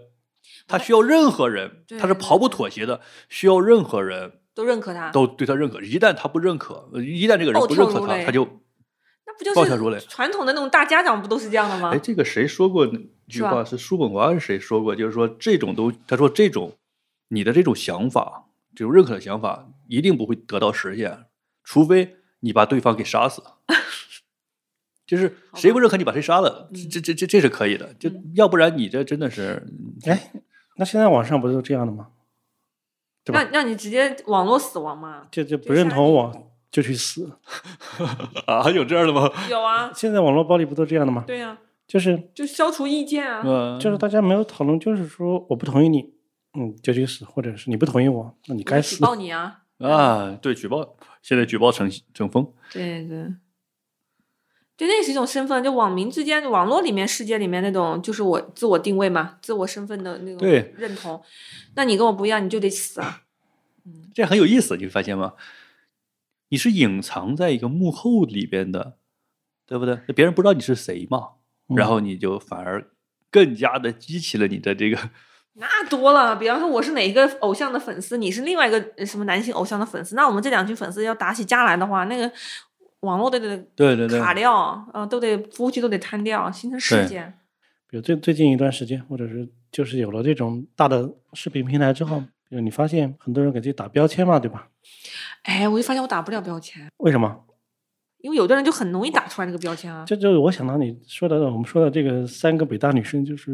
S1: 他需要任何人，
S2: 对
S1: 他是毫不妥协的，需要任何人
S2: 都认可他，
S1: 都对他认可。一旦他不认可，呃一旦这个人
S2: 暴
S1: 不认
S2: 跳
S1: 可
S2: 如
S1: 他，
S2: 雷
S1: 他就
S2: 那不就
S1: 暴跳如雷
S2: 是传统的那种大家长不都是这样的吗
S1: 哎，？这个谁说过那句
S2: 啊是吧
S1: 话？是叔本华还是谁说过？就是说这种东，他说这种你的这种想法，这种认可的想法，一定不会得到实现，除非你把对方给杀 死。就是
S2: 好
S1: 谁
S2: 吧
S1: 不认可你把谁杀了，
S2: 嗯
S1: 这这这这是可以的，就
S2: 嗯
S1: 要不然你这真的 是，
S3: 哎，那现在网上不是都这样的吗？对吧
S2: 让让你直接网络死亡吗？
S3: 就就不
S2: 就
S3: 认
S2: 杀
S3: 同
S2: 你
S3: 我就去死。
S1: 啊，有这样的吗？
S2: 有啊，
S3: 现在网络暴力不都这样的吗？
S2: 对呀、啊，
S3: 就是
S2: 就消除意见啊。
S1: 嗯，
S3: 就是大家没有讨论，就是说我不同意你，嗯，就去死，或者是你不同意我，那你
S2: 我
S3: 该
S2: 举
S3: 死。
S2: 报你啊！
S1: 啊，对，举报，现在举报成成风，
S2: 对对，就那是一种身份，就网民之间、网络里面、世界里面那种，就是我自我定位嘛，自我身份的那种
S1: 对
S2: 认同。那你跟我不一样，你就得死啊！
S1: 这很有意思，你会发现吗？你是隐藏在一个幕后里边的，对不对？别人不知道你是谁嘛，
S3: 嗯
S1: 然后你就反而更加的激起了你的这 个，
S2: 那多了，比方说我是哪一个偶像的粉丝，你是另外一个呃什么男性偶像的粉丝，那我们这两群粉丝要打起架来的话，那个网络的的
S1: 对对对，
S2: 卡掉，呃，都得服务器都得瘫掉，形成事
S1: 对
S2: 件。
S3: 比如最最近一段时间，或者是就是有了这种大的视频平台之后，比如你发现很多人给自己打标签嘛，对吧？
S2: 哎，我就发现我打不了标签，
S3: 为什么？
S2: 因为有的人就很容易打出来那个标签啊。
S3: 这就是我想到你说的，我们说的这个三个北大女生，就是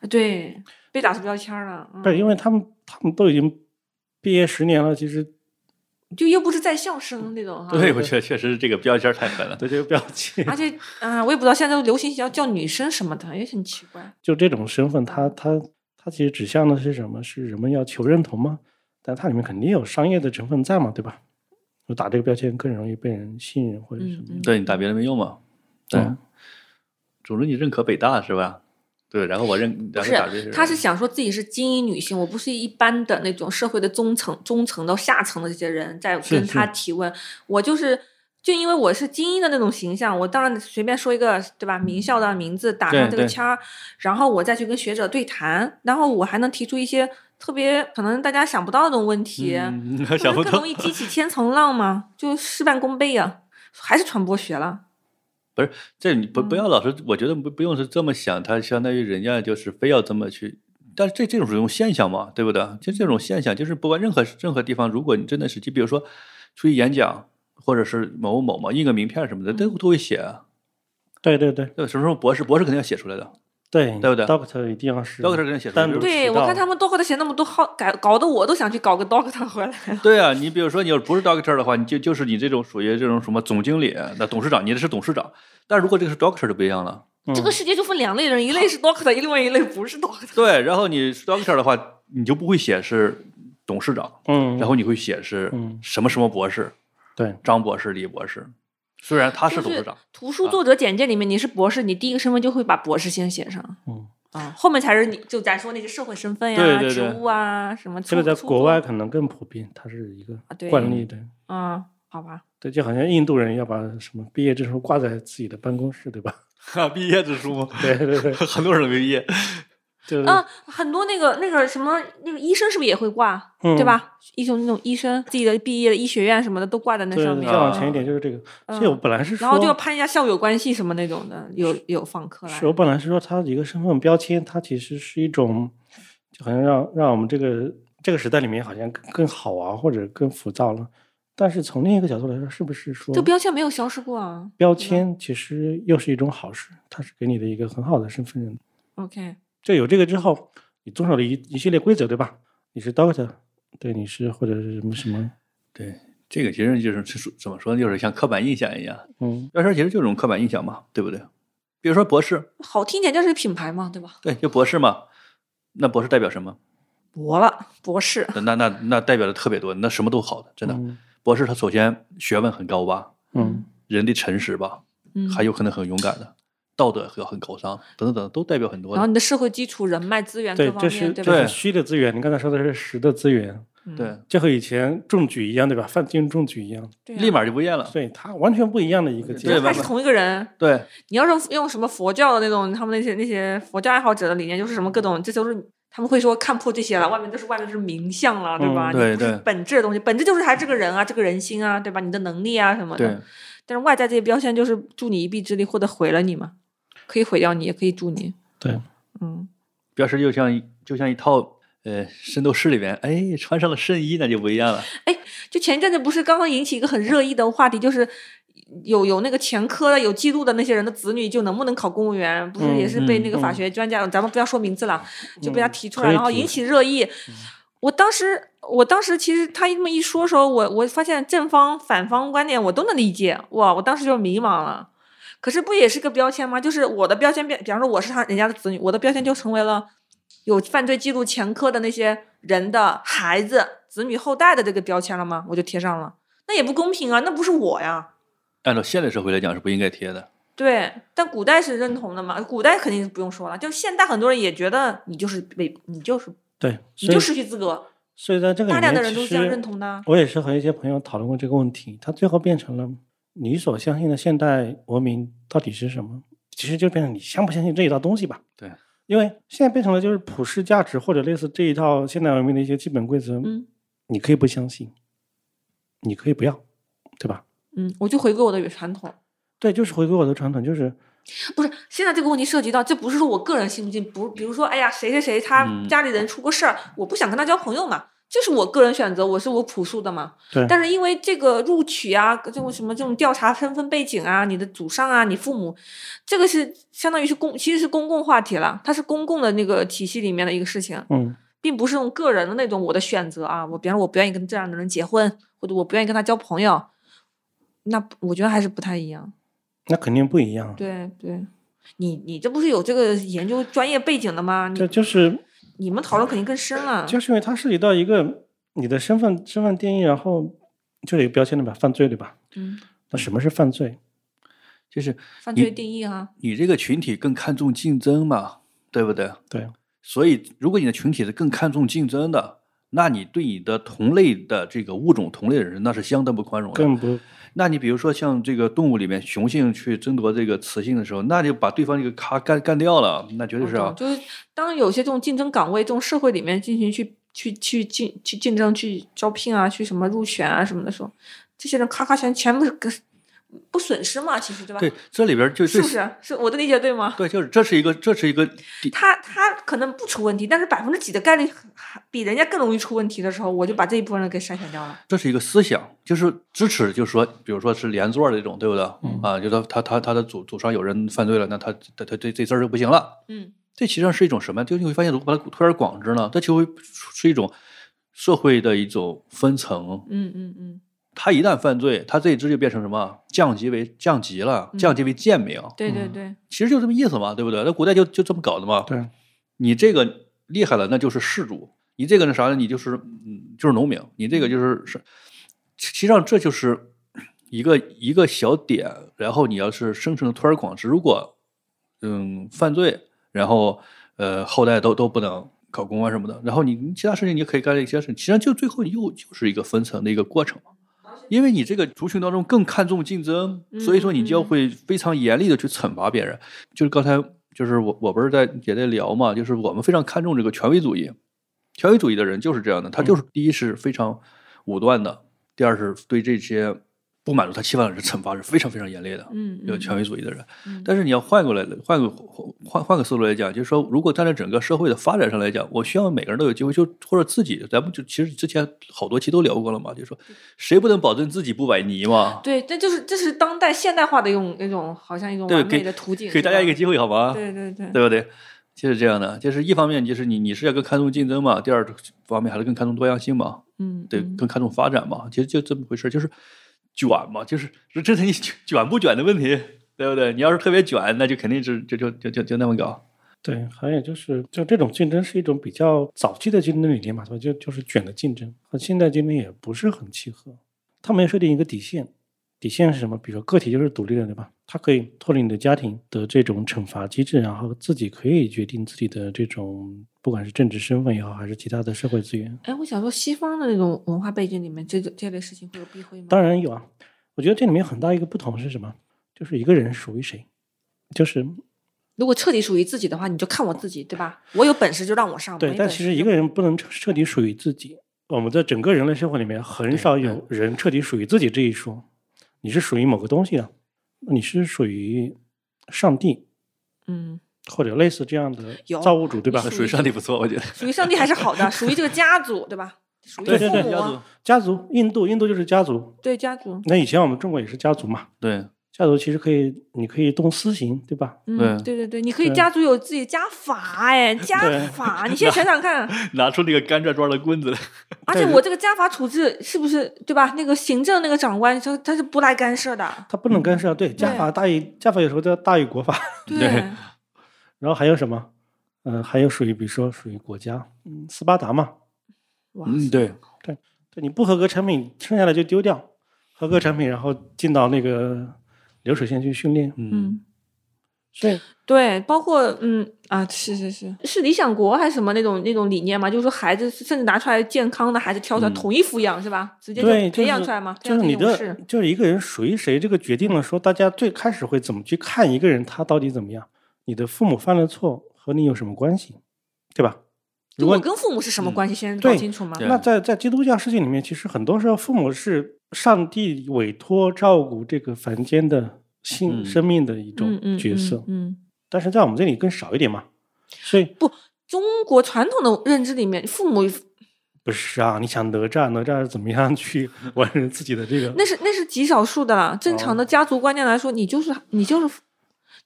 S2: 嗯对，被打出标签了。嗯、
S3: 不是因为她们她们都已经毕业十年了，其实
S2: 就又不是在校生那种哈。
S1: 对，我觉得确实是这个标签太狠了。
S3: 对这个标签
S2: 而且，嗯、我也不知道现在都流行叫叫女生什么的，也很奇怪。
S3: 就这种身份，它它它其实指向的是什么？是人们要求认同吗？但它里面肯定有商业的成分在嘛，对吧？就打这个标签更容易被人信任或者什么
S2: 嗯
S3: 样。
S1: 对你打别人没用嘛，对，
S3: 嗯
S1: 总之你认可北大是吧？对，然后我认，
S2: 不
S1: 然后
S2: 是
S1: 打这些人，
S2: 她是想说自己是精英女性，我不是一般的那种社会的中层、中层到下层的这些人在
S3: 是
S2: 跟她
S3: 是
S2: 提问，我就是。就因为我是精英的那种形象，我当然随便说一个对吧，名校的名字打上
S1: 对
S2: 这个
S1: 对
S2: 签儿，然后我再去跟学者对谈，然后我还能提出一些特别可能大家想不到的那种问题，
S1: 嗯
S2: 不
S1: 想
S2: 是
S1: 不
S2: 更
S1: 到
S2: 容，易激起千层浪吗？就事半功倍呀、啊还是传播学了。
S1: 这你不不
S2: 嗯
S1: 要老是，我觉得不不用是这么想，他相当于人家就是非要这么去，但是这这种是一种现象嘛，对不对？就这种现象，就是不管任何任何地方，如果你真的是，就比如说出去演讲，或者是某某嘛，印个名片什么的，都都会写啊。
S3: 对对对
S1: 对，什么时候博士，博士肯定要写出来的
S3: 对
S1: 对不对
S3: ？Doctor 一定要是
S1: ，doctor 肯定要写出来
S3: 单
S1: 的。
S3: 独
S1: 就是
S2: 对，
S3: 迟
S2: 我
S3: 到
S2: 看他们都后头写那么多号，搞搞得我都想去搞个 doctor 回来。
S1: 对啊，你比如说你要不是 doctor 的话，你就就是你这种属于这种什么总经理、那董事长，你这是董事长。但如果这个是 doctor 就不一样了。
S3: 嗯
S2: 这个世界就分两类人，一类是 doctor，另外一类不是 doctor。
S1: 对，然后你是 doctor 的话，你就不会写是董事长，
S3: 嗯，
S1: 然后你会写是
S3: 嗯
S1: 什么什么博士，
S3: 对
S1: 张博士、李博士，虽然他是董事长，啊
S2: 图书作者简介里面你是博士，你第一个身份就会把博士先写上
S3: 嗯，
S2: 啊，后面才是你就咱说那些社会身份呀、
S1: 对对对
S2: 职务啊什么出。
S3: 这个在
S2: 出
S3: 国
S2: 作
S3: 外可能更普遍，它是一个
S2: 啊对
S3: 惯例对。
S2: 啊、好吧，
S3: 对，就好像印度人要把什么毕业证书挂在自己的办公室，对吧？
S1: 啊毕业之书吗？
S3: 对对对，
S1: 很多人没毕业，
S3: 就是、
S2: 啊，很多那个那个什么那个医生是不是也会挂？
S3: 嗯
S2: 对？吧？医生那种医生自己的毕业的医学院什么的都挂在那
S3: 对，
S2: 上
S3: 对
S2: 面，嗯
S3: 再往前一点就是这个。所以我本来是说，
S2: 然后就要攀一下校友关系什么那种的，有有访客来
S3: 是。我本来是说它一个身份标签，它其实是一种，就好像让让我们这个这个时代里面好像更更好啊，或者更浮躁了。但是从另一个角度来说，是不是说
S2: 这标签没有消失过啊
S3: 标签其实又是一种好事？它是给你的一个很好的身份认同。
S2: ？OK，
S3: 这有这个之后，你遵守了一一系列规则，对吧？你是 Doctor，对，你是或者是什么什么，
S1: 对，这个其实就是是怎么说呢，就是像刻板印象一样，
S3: 嗯，
S1: 标签其实就是一种刻板印象嘛，对不对？比如说博士，
S2: 好听点就是品牌嘛，对吧？
S1: 对，就博士嘛，那博士代表什么？
S2: 博了，博士，
S1: 那那那代表的特别多，那什么都好的，真的。
S3: 嗯
S1: 博士他首先学问很高吧，
S3: 嗯，
S1: 人的诚实吧，
S2: 嗯，
S1: 还有可能很勇敢的，道德和很高尚等等等，都代表很多
S2: 然后
S1: 的。
S2: 你的社会基础、人脉资源各
S3: 对，
S2: 方
S3: 这是
S2: 面，
S3: 这
S2: 吧？
S1: 对
S3: 是虚的资源。你刚才说的是实的资源，
S2: 嗯
S1: 对，
S3: 这和以前中举一样，对吧？范进中举一样，
S2: 对啊，
S1: 立马就不一样了。
S3: 所以它完全不一样的一个结
S1: 对
S3: 果
S1: 吧
S2: 还。是同一个人。
S1: 对，
S2: 你要是用什么佛教的那种，他们那些那些佛教爱好者的理念，就是什么各种，这都是他们会说看破这些了，外面都是外面就是名相了，对吧？
S3: 嗯
S2: 你
S1: 对
S2: 不是
S1: 对
S2: 本质的东西，本质就是他这个人啊，这个人心啊，对吧？你的能力啊什么的。
S1: 对，
S2: 但是外在这些标签就是助你一臂之力，或者毁了你嘛，可以毁掉你，也可以助你。
S3: 对，
S2: 嗯，
S1: 标识就像一就像一套呃圣斗士里边，哎，穿上了圣衣那就不一样了。
S2: 就前一阵子不是刚刚引起一个很热议的话题，就是有有那个前科的、有记录的那些人的子女，就能不能考公务员，不是
S3: 嗯
S2: 也是被
S3: 嗯
S2: 那个法
S3: 嗯
S2: 学专家，咱们不要说名字了，就被他
S3: 嗯
S2: 提出
S3: 可
S2: 来，
S3: 以
S2: 然后
S3: 提嗯
S2: 引起热议。我当时，我当时其实他这么一说的时候，我我发现正方、反方观点我都能理解，哇，我当时就迷茫了。可是不也是个标签吗？就是我的标签变，比方说我是他人家的子女，我的标签就成为了有犯罪记录前科的那些人的孩子、子女后代的这个标签了吗？我就贴上了，那也不公平啊，那不是我呀。
S1: 按照现代社会来讲是不应该贴的。
S2: 对，但古代是认同的嘛？古代肯定是不用说了，就现代很多人也觉得你就是被你就是
S3: 对，
S2: 你
S3: 所
S2: 就
S3: 以
S2: 失去资格，
S3: 所以在这个
S2: 大
S3: 里
S2: 量的
S3: 面，
S2: 人都
S3: 其
S2: 是这样认
S3: 实
S2: 同的。啊
S3: 我也是和一些朋友讨论过这个问题，它最后变成了你所相信的现代文明到底是什么？其实就变成你相不相信这一套东西吧。
S1: 对，
S3: 因为现在变成了就是普世价值或者类似这一套现代文明的一些基本规则，
S2: 嗯
S3: 你可以不相信，你可以不要，对吧？
S2: 嗯，我就回归我的传统。
S3: 对，就是回归我的传统，就是
S2: 不是，现在这个问题涉及到，这不是说我个人信不信，不，比如说，哎呀，谁谁谁他
S1: 嗯
S2: 家里人出过事儿，我不想跟他交朋友嘛，这是我个人选择，我是我朴素的嘛。
S3: 对
S2: 但是因为这个录取啊，这种什么这种调查身份背景啊，你的祖上啊，你父母，这个是相当于是公，其实是公共话题了，它是公共的那个体系里面的一个事情。
S3: 嗯，
S2: 并不是用个人的那种我的选择啊，我比方说我不愿意跟这样的人结婚，或者我不愿意跟他交朋友，那不我觉得还是不太一样。
S3: 那肯定不一样。
S2: 对对，你你这不是有这个研究专业背景的吗？
S3: 这
S2: 你
S3: 就是
S2: 你们讨论肯定更深了。
S3: 就是因为它涉及到一个你的身份身份定义，然后就是一个标签对吧？犯罪对吧？
S2: 嗯，
S3: 那什么是犯罪？
S1: 就是
S2: 犯
S1: 你
S2: 罪定义啊哈，
S1: 你这个群体更看重竞争嘛，对不对？
S3: 对，
S1: 所以，如果你的群体是更看重竞争的，那你对你的同类的这个物种、同类的人，那是相当不宽容的。
S3: 更不
S1: 那你比如说像这个动物里面，雄性去争夺这个雌性的时候，那就把对方这个咔干干掉了，那绝对
S2: 我
S1: 是
S2: 哦懂
S1: 啊，
S2: 就是当有些这种竞争岗位，这种社会里面进行去去去竞去竞争、去招聘啊、去什么入选啊什么的时候，这些人咔咔全全部是跟不损失嘛，其实对吧？
S1: 对，这里边就最
S2: 是不是？是我的理解对吗？
S1: 对，就是这是一个这是一个底
S2: 他他可能不出问题，但是百分之几的概率还比人家更容易出问题的时候，我就把这一部分人给筛选掉了。
S1: 这是一个思想，就是支持，就是说，比如说是连坐的这种，对不对？
S3: 嗯
S1: 啊，就说他他他的祖祖上有人犯罪了，那他他他这这事儿就不行了。
S2: 嗯，
S1: 这其实上是一种什么？就你会发现，如果把它推而广之呢，它就会是一种社会的一种分层。
S2: 嗯嗯嗯，
S1: 他一旦犯罪，他这一支就变成什么降级为降级了，
S2: 嗯
S1: 降级为贱民。
S2: 对对
S3: 嗯
S2: 对，
S1: 其实就这么意思嘛，对不对？那古代就就这么搞的嘛。
S3: 对，
S1: 你这个厉害了，那就是氏族；你这个那啥呢，你就是嗯，就是农民；你这个就是是，其其实上这就是一个一个小点。然后你要是生成推而广之，如果嗯犯罪，然后呃后代都都不能考公啊什么的，然后你你其他事情你可以干一些事情，其实上就最后又就是一个分层的一个过程嘛。因为你这个族群当中更看重竞争，所以说你就
S2: 嗯嗯嗯
S1: 会非常严厉的去惩罚别人。就是刚才就是我我不是在也在聊嘛，就是我们非常看重这个权威主义，权威主义
S2: 嗯
S1: 的人就是这样的，他就是第一是非常武断的，第二是对这些不满足他期望的人，惩罚是非常非常严厉的。
S2: 嗯，
S1: 有权
S2: 威，
S1: 威主义的人，
S2: 嗯
S1: 但是你要换过来，换个换换个思路来讲，就是说，如果站在整个社会的发展上来讲，我希望每个人都有机会，就或者自己，咱们就其实之前好多期都聊过了嘛，就是说，谁不能保证自己不崴泥嘛？
S2: 对，这就是这是当代现代化的一种一种，好像一种
S1: 对
S2: 完
S1: 给
S2: 美的途径，
S1: 给
S2: 是
S1: 大家
S2: 吧
S1: 一个机会好吗？
S2: 对对对，
S1: 对不对？就是这样的，就是一方面就是你你是要更看重竞争嘛，第二方面还是更看重多样性嘛，
S2: 嗯，
S1: 对，
S2: 嗯
S1: 更看重发展嘛，其实就这么回事儿，就是卷嘛，就是 这这是你卷卷不卷的问题，对不对？你要是特别卷，那就肯定是就就就就就那么搞。
S3: 对，还有就是，就这种竞争是一种比较早期的竞争理念嘛，所以就就是卷的竞争和现代竞争也不是很契合。他没有设定一个底线，底线是什么？比如说个体就是独立的，对吧？他可以脱离你的家庭的这种惩罚机制，然后自己可以决定自己的这种，不管是政治身份也好，还是其他的社会资源。
S2: 哎，我想说，西方的那种文化背景里面，这种这类事情会有避讳吗？
S3: 当然有啊，我觉得这里面很大一个不同是什么？就是一个人属于谁，就是
S2: 如果彻底属于自己的话，你就看我自己，对吧？我有本事就让我上。
S3: 对，
S2: 没
S3: 但
S2: 本
S3: 其
S2: 事
S3: 实一
S2: 就
S3: 个人不能彻彻底属于自己。我们在整个人类社会里面，很少有人彻底属于自己这一说。你是属于某个东西的，你是属于上帝
S2: 嗯，
S3: 或者类似这样的
S2: 有
S3: 造物主，对吧
S2: 你？属
S1: 属于
S2: 于
S1: 上帝不错，我觉得。
S2: 属于上帝还是好的，属于这个家族，对吧？属于
S3: 对
S2: 父
S3: 对
S2: 母
S3: 对
S2: 啊，
S3: 家族，印度，印度就是家族。
S2: 对家族，
S3: 那以前我们中国也是家族嘛，
S1: 对
S3: 家族其实可以，你可以动私刑，对吧？
S2: 嗯，对
S1: 对
S2: 对对，你可以
S3: 对
S2: 家族有自己家法，哎，家
S3: 对
S2: 法，你先想想看，
S1: 拿出那个甘蔗装的棍子来。
S2: 而且我这个家法处置是不是对吧？那个行政那个长官，他他是不来干涉的，
S3: 他不能干涉，对，家
S2: 嗯对
S3: 法大于家法有时候叫大于国法。
S2: 对
S1: 对
S3: 然后还有什么？嗯、还有属于比如说属于国家，嗯，斯巴达嘛，
S2: 哇，
S1: 嗯，对，
S3: 对，你不合格产品剩下来就丢掉，合格产品然后进到那个流水线去训练。
S1: 嗯，
S2: 嗯，
S3: 所以
S2: 对，包括嗯啊，是是是，是理想国还是什么那种那种理念嘛？就是说孩子甚至拿出来健康的孩子挑出来
S1: 嗯
S2: 统一抚养是吧？直接就
S3: 对，就
S2: 培养
S3: 是
S2: 出来嘛，这
S3: 就
S2: 样
S3: 是
S2: 一
S3: 你
S2: 种
S3: 的
S2: 事，
S3: 就是一个人属于谁，这个决定了说大家最开始会怎么去看一个人他到底怎么样。你的父母犯了错和你有什么关系，对吧？
S2: 就
S3: 如果
S2: 我跟父母是什么
S1: 嗯
S2: 关系，先搞
S3: 对
S2: 清楚嘛。
S1: 对
S3: 那在在基督教世界里面，其实很多时候父母是上帝委托照顾这个凡间的性、
S1: 嗯
S3: 生命的一
S2: 嗯
S3: 种
S2: 嗯
S3: 角色，
S2: 嗯嗯，
S3: 但是在我们这里更少一点嘛。所以
S2: 中国传统的认知里面，父母
S3: 不是啊，你想哪吒，哪吒是怎么样去完成自己的这个？
S2: 那是那是极少数的啦。正
S3: 哦
S2: 常的家族观念来说，你就是你就是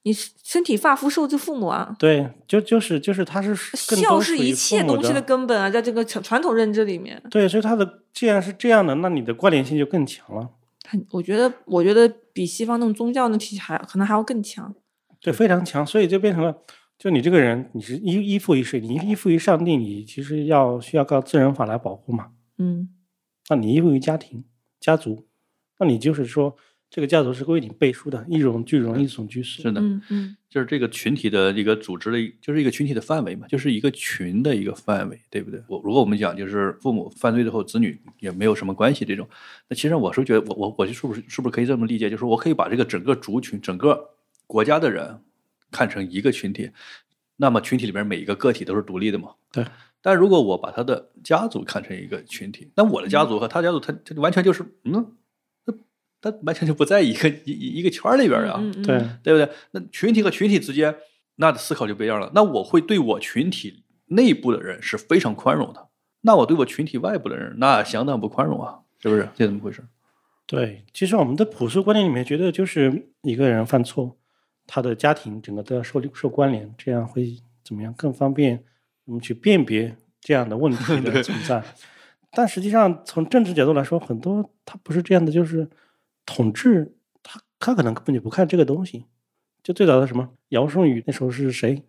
S2: 你身体发肤受之父母啊，
S3: 对，就就是就是，他是更
S2: 孝
S3: 多
S2: 是
S3: 属于
S2: 一切
S3: 父母
S2: 东西的根本啊，在这个传传统认知里面，
S3: 对，所以他的既然是这样的，那你的关联性就更强了，
S2: 很我觉得我觉得比西方那种宗教那体系还可能还要更强。
S3: 对，非常强，所以就变成了，就你这个人，你是依依附于谁？你依附于上帝，你其实要需要靠自然法来保护嘛。
S2: 嗯
S3: 那你依附于家庭、家族，那你就是说，这个家族是为你背书的，一荣俱荣，一损俱损。
S1: 是的，
S2: 嗯嗯
S1: 就是这个群体的一个组织的一，就是一个群体的范围嘛，就是一个群的一个范围，对不对？我如果我们讲就是父母犯罪之后，子女也没有什么关系这种，那其实我是觉得我我我就是不是是不是可以这么理解？就是我可以把这个整个族群、整个国家的人看成一个群体，那么群体里边每一个个体都是独立的嘛？
S3: 对。
S1: 但如果我把他的家族看成一个群体，那我的家族和他家族，他他完全就是嗯，他他完全就不在一个一一一个圈儿里边儿啊。
S2: 嗯嗯
S3: 对，
S1: 对不对？那群体和群体之间，那思考就不一样了。那我会对我群体内部的人是非常宽容的，那我对我群体外部的人，那相当不宽容啊，是不是？这怎么回事？
S3: 对，其实我们的朴素观念里面觉得，就是一个人犯错，他的家庭整个都要受受关联，这样会怎么样更方便我们去辨别这样的问题的
S1: 对
S3: 存在。但实际上，从政治角度来说，很多他不是这样的，就是统治他他可能根本就不看这个东西。就最早的什么尧舜禹那时候是谁？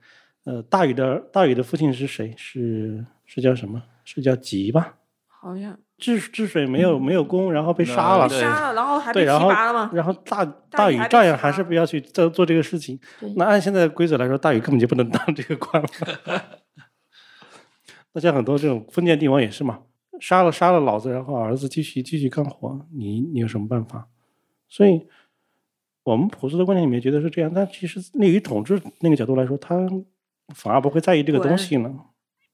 S3: 呃，大禹的大禹的父亲是谁？是是叫什么？是叫桀吧？
S2: 好像
S3: 治治水没有没有功，然后被杀
S1: 嗯那
S3: 了。
S2: 被
S1: 对
S2: 杀了，然后还被
S3: 啊对，
S2: 提
S3: 然后
S2: 拔了嘛。
S3: 然后大
S2: 大
S3: 大
S2: 禹
S3: 禹
S2: 还被
S3: 照
S2: 提
S3: 样还
S2: 拔
S3: 是不要去做做这个事情
S2: 对。
S3: 那按现在的规则来说，大禹根本就不能当这个官了。那像很多这种封建帝王也是嘛，杀了杀了老子，然后儿子继续继续干活，你你有什么办法？所以，我们朴素的观念里面觉得是这样，但其实利于统治那个角度来说，他反而不会在意这个
S2: 滚
S3: 东西呢。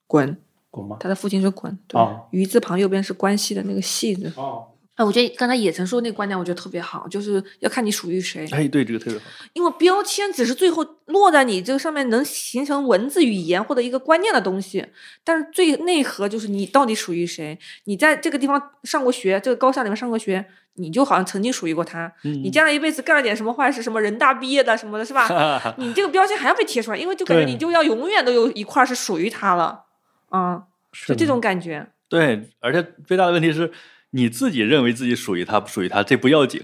S2: 滚！
S3: 滚吗？
S2: 他的父亲是滚，对
S3: 哦，
S2: 鱼字旁右边是关系的那个系字。
S3: 哦，
S2: 哎，我觉得刚才野城说那个观点，我觉得特别好，就是要看你属于谁。
S1: 哎，对，这个特别好。
S2: 因为标签只是最后落在你这个上面能形成文字语言或者一个观念的东西，但是最内核就是你到底属于谁。你在这个地方上过学，这个高校里面上过学，你就好像曾经属于过他。
S3: 嗯
S2: 你
S1: 你
S2: 将来一辈子干了点什么坏事，什么人大毕业的什么的，是吧？你这个标签还要被贴出来，因为就感觉
S3: 对
S2: 你就要永远都有一块儿是属于他了，嗯，
S3: 是
S2: 就这
S3: 的
S2: 种感觉。
S1: 对，而且最大的问题是你自己认为自己属于他，不属于他，这不要紧，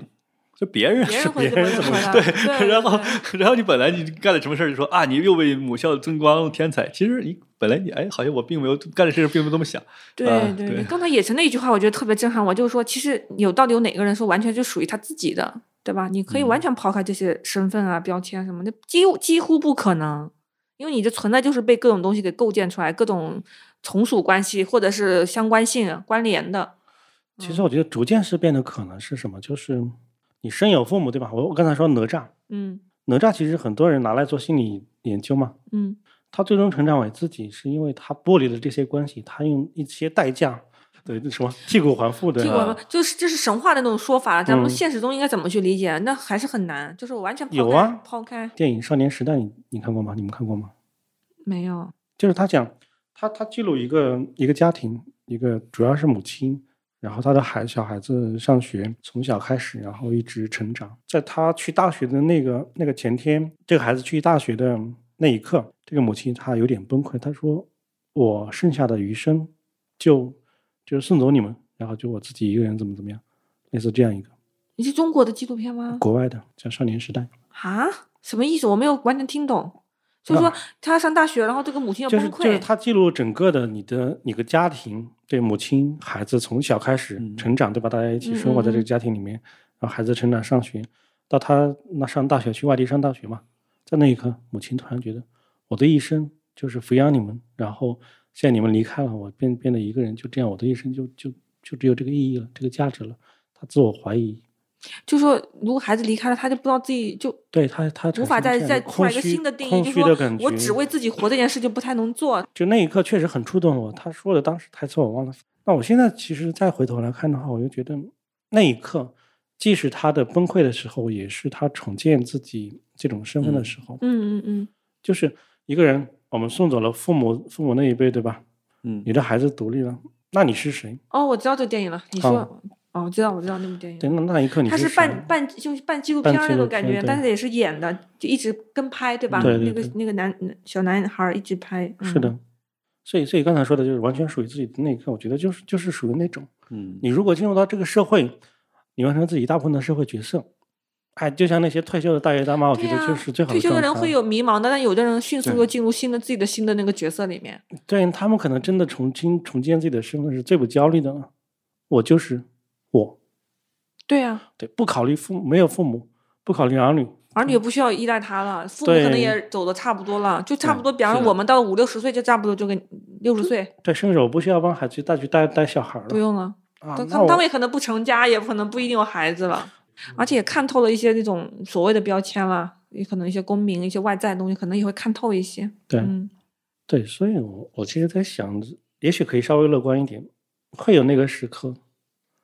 S1: 是别人
S2: 别
S1: 是
S2: 人会
S1: 别人
S2: 怎么
S1: 么
S2: 说
S1: 对
S2: 的对对
S1: 然后
S2: 对
S1: 然后你本来你干了什么事儿，就说啊，你又为母校争光添彩，其实你本来你哎，好像我并没有干的事情，并没有这么想，
S2: 对
S1: 啊
S2: 对，
S1: 对
S2: 你刚才野城那一句话，我觉得特别震撼我，就是说，其实有到底有哪个人是完全就属于他自己的，对吧？你可以
S1: 嗯
S2: 完全抛开这些身份啊、标签什么的，几乎几乎不可能，因为你的存在就是被各种东西给构建出来，各种从属关系或者是相关性啊、关联的。
S3: 其实我觉得逐渐是变得可能是什么，就是你生有父母，对吧？我我刚才说哪吒，
S2: 嗯
S3: 哪吒其实很多人拿来做心理研究嘛，
S2: 嗯，
S3: 他最终成长为自己，是因为他剥离了这些关系，他用一些代价，对那什么剔骨还父的，
S2: 听过吗？就是这是神话的那种说法，咱们
S3: 啊嗯
S2: 现实中应该怎么去理解？那还是很难，就是我完全抛
S3: 有
S2: 开
S3: 啊
S2: 抛开
S3: 电影《少年时代》你，你看过吗？你们看过吗？
S2: 没有。
S3: 就是他讲，他他记录一个一个家庭，一个主要是母亲，然后他的孩小孩子上学，从小开始，然后一直成长。在他去大学的那个那个前天，这个孩子去大学的那一刻，这个母亲她有点崩溃，她说：“我剩下的余生就就送走你们，然后就我自己一个人怎么怎么样。”类似这样一个
S2: 你是中国的纪录片吗？
S3: 国外的叫《少年时代》，
S2: 啊，什么意思？我没有完全听懂。就是说
S3: 那
S2: 他上大学，然后这个母亲要
S3: 就
S2: 崩
S3: 是
S2: 溃，
S3: 就是他记录整个的你的你的家庭，对母亲孩子从小开始
S1: 嗯
S3: 成长，对吧？大家一起生活在
S2: 嗯
S3: 这个
S2: 嗯嗯
S3: 家庭里面，然后孩子成长上学，到他那上大学去外地上大学嘛，在那一刻，母亲突然觉得我的一生就是抚养你们，然后现在你们离开了，我变变得一个人，就这样，我的一生就就就只有这个意义了，这个价值了。他自我怀疑，
S2: 就说如果孩子离开了，他就不知道自己就
S3: 对他他
S2: 无法再再出
S3: 空
S2: 来一个
S3: 虚
S2: 新的定义，
S3: 空
S2: 就
S3: 虚
S2: 是
S3: 的
S2: 说
S3: 感觉，
S2: 我只为自己活这件事就不太能做。
S3: 就那一刻确实很触动我。他说的当时台词我忘了。那我现在其实再回头来看的话，我就觉得那一刻，既是他的崩溃的时候，也是他重建自己这种身份的
S1: 嗯
S3: 时候。
S2: 嗯嗯嗯，
S3: 就是一个人，我们送走了父母，父母那一辈，对吧？
S1: 嗯
S3: 你，的孩子独立了，那你是谁？
S2: 哦，我知道这个电影了。你说，哦，我知道，我知道那部电
S3: 对，
S2: 影，
S3: 那那一刻你
S2: 它
S3: 是
S2: 是
S3: 谁
S2: 半半就是半纪录
S3: 半
S2: 片儿
S3: 纪
S2: 那
S3: 录
S2: 种感
S3: 片
S2: 觉，
S3: 对
S2: 但是也是演的，就一直跟拍，对吧？
S3: 对对
S2: 那
S3: 对
S2: 个那个男小男孩儿一直拍。嗯
S3: 是的。所以，所以刚才说的就是完全属于自己的那一刻，我觉得就是就是属于那种。
S1: 嗯
S3: 你如果进入到这个社会，你完成自己大部分的社会角色，哎，就像那些退休的大爷大妈，我觉
S2: 对
S3: 得
S2: 呀
S3: 就是最好
S2: 退
S3: 的
S2: 休
S3: 状
S2: 的
S3: 态。啊
S2: 人会有迷茫的，但有的人迅速
S1: 对
S2: 又进入新的自己的新的那个角色里面。
S3: 对他们可能真的重新重建自己的身份是最不焦虑的了。我就是我，
S2: 对啊呀、
S3: 对，不考虑父母，没有父母，不考虑儿女，
S2: 儿女也不需要依赖他了，父母可能
S3: 嗯对
S2: 也走的差不多了，就差不多，比方
S1: 是
S2: 说
S1: 的
S2: 我们到五六十岁就差不多就跟六十岁
S3: 对，甚至我不需要帮孩子带去带带小孩
S2: 不
S3: 了。
S2: 用了，
S3: 啊
S2: 他，他
S3: 那
S2: 们他
S3: 我嗯
S2: 们也可能不成家，也可能不一定有孩子了，而且也看透了一些那种所谓的标签了，也可能一些公民、一些外在的东西，可能也会看透一些。
S3: 对、
S2: 嗯，
S3: 对，所以我我其实在想，也许可以稍微乐观一点，会有那个时刻。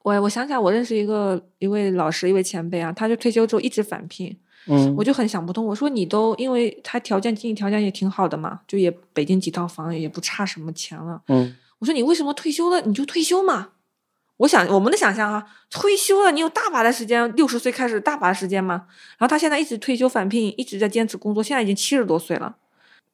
S2: 我我想起来，我认识一个一位老师，一位前辈啊，他就退休之后一直返聘，
S3: 嗯，
S2: 我就很想不通，我说你都因为他条件经济条件也挺好的嘛，就也北京几套房也不差什么钱了。
S3: 嗯，
S2: 我说你为什么退休了你就退休嘛？我想我们的想象啊，退休了你有大把的时间，六十岁开始大把的时间嘛。然后他现在一直退休返聘，一直在坚持工作，现在已经七十多岁了。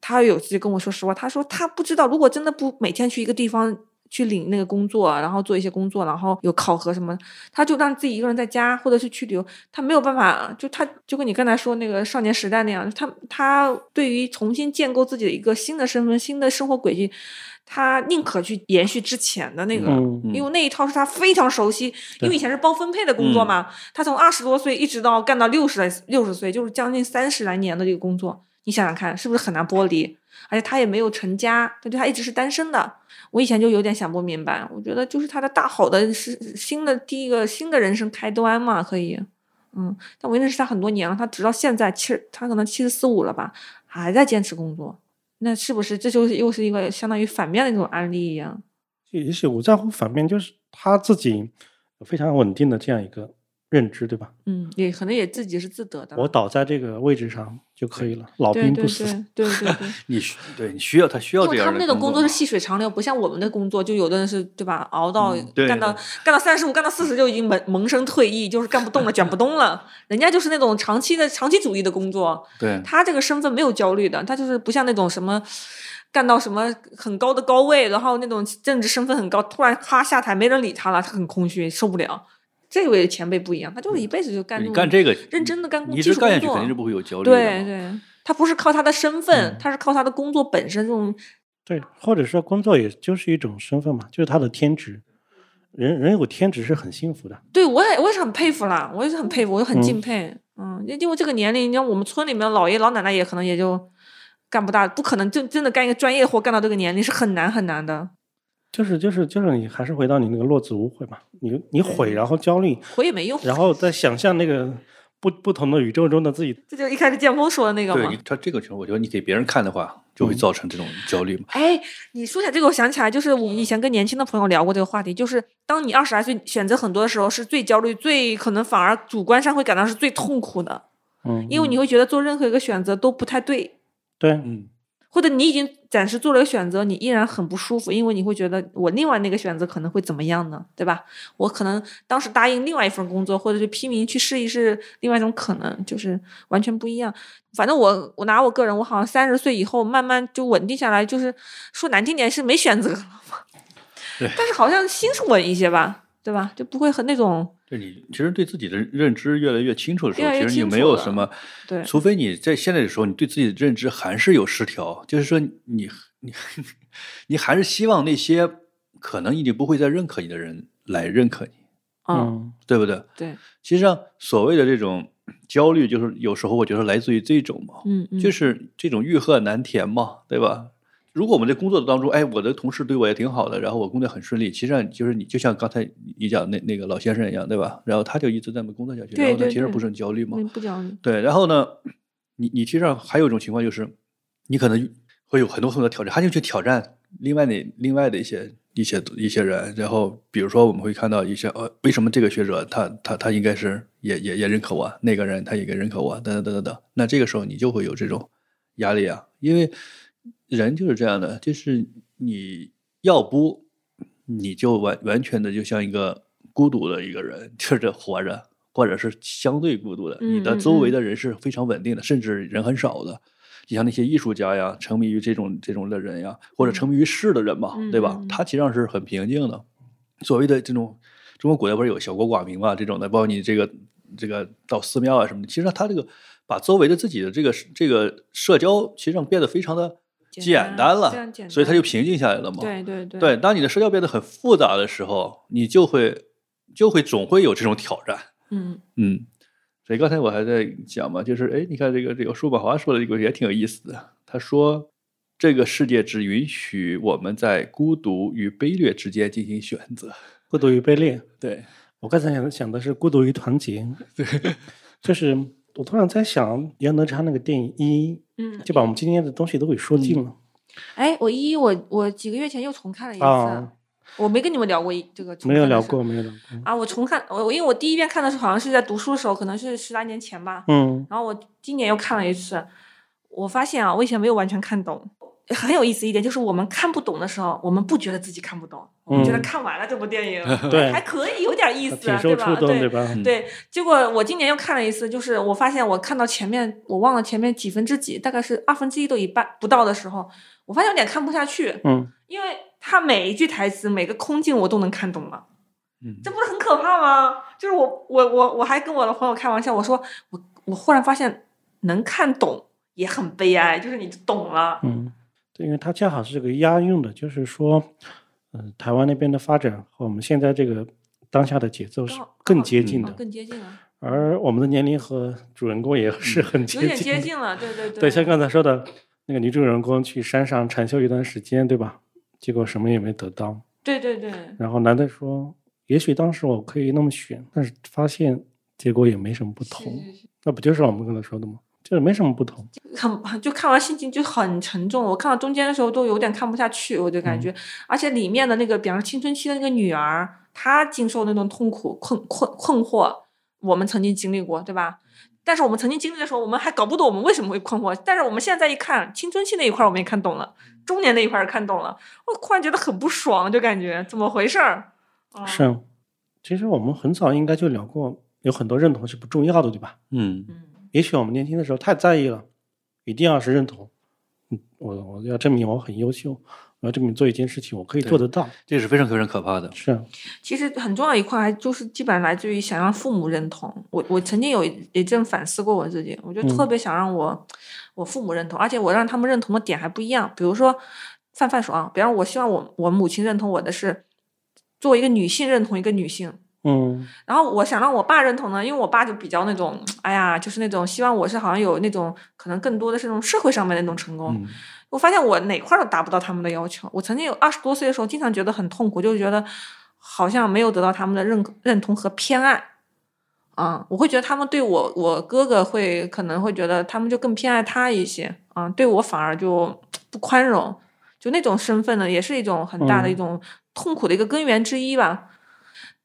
S2: 他有次跟我说实话，他说他不知道，如果真的不每天去一个地方去领那个工作，然后做一些工作，然后有考核什么，他就让自己一个人在家，或者是去旅游，他没有办法，就他就跟你刚才说那个少年时代那样，他他对于重新建构自己的一个新的身份、新的生活轨迹，他宁可去延续之前的那个，
S3: 嗯
S1: 嗯
S2: 因为那一套是他非常熟悉，因
S3: 对
S2: 为以前是包分配的工作嘛，他从二十多岁一直到干到六十来六十岁，就是将近三十来年的这个工作，你想想看，是不是很难剥离？而且他也没有成家，对对，他一直是单身的。我以前就有点想不明白，我觉得就是他的大好的是新的第一个新的人生开端嘛，可以，嗯，但我认识他很多年了，他直到现在七，他可能七十四五了吧，还在坚持工作，那是不是这就是又是一个相当于反面的那种案例一样？
S3: 也许无在乎反面，就是他自己有非常稳定的这样一个认知，对吧？
S2: 嗯，也可能也自己是自得的。
S3: 我倒在这个位置上就可以了，老
S2: 啊对
S3: 兵
S2: 对
S3: 不死。
S2: 对对对对，
S1: 你需对你需要他 需要
S2: 因
S1: 这
S2: 为
S1: 样
S2: 他们那种
S1: 工
S2: 工作是细水长流，不像我们的工作，就有的人是对吧，熬到、
S1: 嗯对
S2: 干到干到三十五、干到四十就已经萌萌生退役，就是干不动了、卷不动了。人家就是那种长期的长期主义的工作，
S1: 对
S2: 他这个身份没有焦虑的，他就是不像那种什么。干到什么很高的高位，然后那种政治身份很高，突然咔下台，没人理他了，他很空虚，受不了。这位前辈不一样，他
S3: 嗯
S2: 就是一辈子就干、
S1: 你干这个
S2: 认真地干
S1: 你
S2: 工
S1: 一直
S2: 技术
S1: 干下
S2: 工
S1: 去
S2: 作
S1: 肯定是不会有焦虑的嘛。
S2: 对对，他不是靠他的身份，
S3: 嗯
S2: 他是靠他的工作本身这种
S3: 对，或者说工作也就是一种身份嘛，就是他的天职。人人有天职是很幸福的，
S2: 对，我也我也是很佩服啦，我也是很佩服，我也很敬佩。嗯，因因为这个年龄，你像我们村里面老爷老奶奶也可能也就干不大，不可能真真的干一个专业活干到这个年龄是很难很难的，
S3: 就是就是就是你还是回到你那个落子无悔嘛，你你悔，然后焦虑，
S2: 回也没用。
S3: 然后再想象那个不不同的宇宙中的自己。
S2: 这就一开始剑锋说的那个
S1: 对
S2: 嘛
S1: 你。他这个情况，我觉得你给别人看的话，就会
S3: 嗯
S1: 造成这种焦虑嘛。
S2: 哎，你说起来这个，我想起来，就是我以前跟年轻的朋友聊过这个话题，就是当你二十来岁选择很多的时候，是最焦虑、最可能反而主观上会感到是最痛苦的，
S3: 嗯，
S2: 因为你会觉得做任何一个选择都不太对，
S3: 对
S1: 嗯，
S2: 或者你已经暂时做了个选择，你依然很不舒服，因为你会觉得我另外那个选择可能会怎么样呢？对吧？我可能当时答应另外一份工作，或者是拼命去试一试另外一种可能，就是完全不一样。反正我我拿我个人，我好像三十岁以后慢慢就稳定下来，就是说难听点是没选择了嘛
S1: 对。
S2: 但是好像心是稳一些吧，对吧？就不会很那种
S1: 就你其实对自己的认知越来越清楚的时
S2: 越
S1: 候，
S2: 来越
S1: 其实你
S2: 清
S1: 没
S2: 楚
S1: 有
S2: 了
S1: 什么，
S2: 对
S1: 除非你在现在的时候，你对自己的认知还是有失调，就是说你你 你还是希望那些可能已经不会再认可你的人来认可你，
S2: 嗯，
S3: 嗯
S1: 对不对？
S2: 对，
S1: 其实上所谓的这种焦虑，就是有时候我觉得来自于这种嘛，
S2: 嗯嗯，
S1: 就是这种欲壑难填嘛，对吧？如果我们在工作当中，哎，我的同事对我也挺好的，然后我工作很顺利，其实上就是你就像刚才你讲那那个老先生一样，对吧？然后他就一直在那工作下去，
S2: 对
S1: 然后呢，
S2: 对
S1: 其实
S2: 对
S1: 不是很焦虑嘛
S2: 嗯，不讲理，
S1: 对。然后呢，你你其实上还有一种情况就是，你可能会有很多很多挑战，他就去挑战另外的另外的一些一些一些人，然后比如说我们会看到一些呃，为什么这个学者他他他应该是也也也认可我，那个人他也该认可我，等等等等等。那这个时候你就会有这种压力啊，因为人就是这样的，就是你要不你就完完全的就像一个孤独的一个人，就是活着。或者是相对孤独的，你的
S2: 嗯嗯
S1: 周围
S2: 嗯
S1: 的人是非常稳定的，甚至人很少的。就像那些艺术家呀，沉迷于这种这种的人呀，或者沉迷于事的人嘛，
S2: 嗯
S1: 对吧
S2: 嗯？
S1: 他其实上是很平静的。所谓的这种中国古代不是有小国寡民嘛，这种的，包括你这个这个到寺庙啊什么的，其实上他这个把周围的自己的这个这个社交，其实上变得非常的简
S2: 简单
S1: 单了，
S2: 非常简单
S1: 所以他就平静下来了嘛。
S2: 对对对
S1: 对，当你的社交变得很复杂的时候，你就会就会总会有这种挑战。
S2: 嗯
S1: 嗯，所以刚才我还在讲嘛，就是哎，你看这个这个叔本华说的这个也挺有意思的。他说，这个世界只允许我们在孤独与卑劣之间进行选择。
S3: 孤独与卑劣。
S1: 对，
S3: 我刚才想的想的是孤独与团结， 对，就是我突然在想杨德昌那个电影一，
S2: 嗯，
S3: 就把我们今天的东西都给说尽了、
S2: 哎，我一我我几个月前又重看了一次，
S3: 啊，
S2: 我没跟你们聊过一这个重看的事，
S3: 没有聊过，没有聊过，
S2: 啊。我重看我我因为我第一遍看的时候好像是在读书的时候，可能是十来年前吧。
S3: 嗯
S2: 然后我今年又看了一次，我发现啊，我以前没有完全看懂。很有意思一点就是，我们看不懂的时候，我们不觉得自己看不懂，我们觉得
S3: 嗯
S2: 看完了这部电影
S3: 对
S2: 还可以，有点意思，啊
S3: 挺受触动，
S2: 对吧？
S3: 吧？
S1: 嗯
S2: 对，结果我今年又看了一次，就是我发现我看到前面，我忘了前面几分之几，大概是二分之一都一半不到的时候，我发现有点看不下去，
S3: 嗯，
S2: 因为他每一句台词、每个空镜我都能看懂了，
S1: 嗯
S2: 这不是很可怕吗？就是我我我我还跟我的朋友开玩笑，我说我我忽然发现能看懂也很悲哀，就是你懂了，
S3: 嗯，对，因为它恰好是个押韵的，就是说，嗯、台湾那边的发展和我们现在这个当下的节奏是
S2: 刚好
S3: 更接近
S2: 哦
S3: 的，
S2: 更接近了，
S3: 而我们的年龄和主人公也是很接
S2: 有
S3: 近
S2: 点
S3: 的，
S2: 接近了，对对对
S3: 对，像刚才说的那个女主人公去山上禅修一段时间，对吧？结果什么也没得到，
S2: 对对对，
S3: 然后男的说，也许当时我可以那么选，但是发现结果也没什么不同，
S2: 是是是
S3: 那不就是我们刚才说的吗？就是没什么不同。
S2: 很 就看完心情就很沉重。我看到中间的时候都有点看不下去，我就感觉，而且里面的那个，比方说青春期的那个女儿，她经受那种痛苦、困困困惑，我们曾经经历过，对吧？但是我们曾经经历的时候，我们还搞不懂我们为什么会困惑。但是我们现在一看，青春期那一块儿我们也看懂了，中年那一块儿看懂了，我忽然觉得很不爽，就感觉怎么回事儿？啊
S3: 是，啊，其实我们很早应该就聊过，有很多认同是不重要的，对吧？
S1: 嗯
S2: 嗯，
S3: 也许我们年轻的时候太在意了，一定要是认同。嗯，我我要证明我很优秀，我要证明做一件事情我可以
S1: 对
S3: 做得到。
S1: 这是非常非常可怕的。
S3: 是啊，
S2: 其实很重要一块，还就是基本上来自于想让父母认同。我我曾经有一一阵反思过我自己，我就特
S3: 嗯
S2: 别想让我、我父母认同，而且我让他们认同的点还不一样。比如说范范爽，比方我希望我我母亲认同我的是作为一个女性认同一个女性，
S3: 嗯
S2: 然后我想让我爸认同呢，因为我爸就比较那种，哎呀，就是那种希望我是好像有那种可能更多的是那种社会上面的那种成功。
S1: 嗯
S2: 我发现我哪块儿都达不到他们的要求。我曾经有二十多岁的时候，经常觉得很痛苦，就觉得好像没有得到他们的认可认同和偏爱。啊、我会觉得他们对我，我哥哥会可能会觉得他们就更偏爱他一些啊、对我反而就不宽容，就那种身份呢，也是一种很大的
S3: 嗯
S2: 一种痛苦的一个根源之一吧。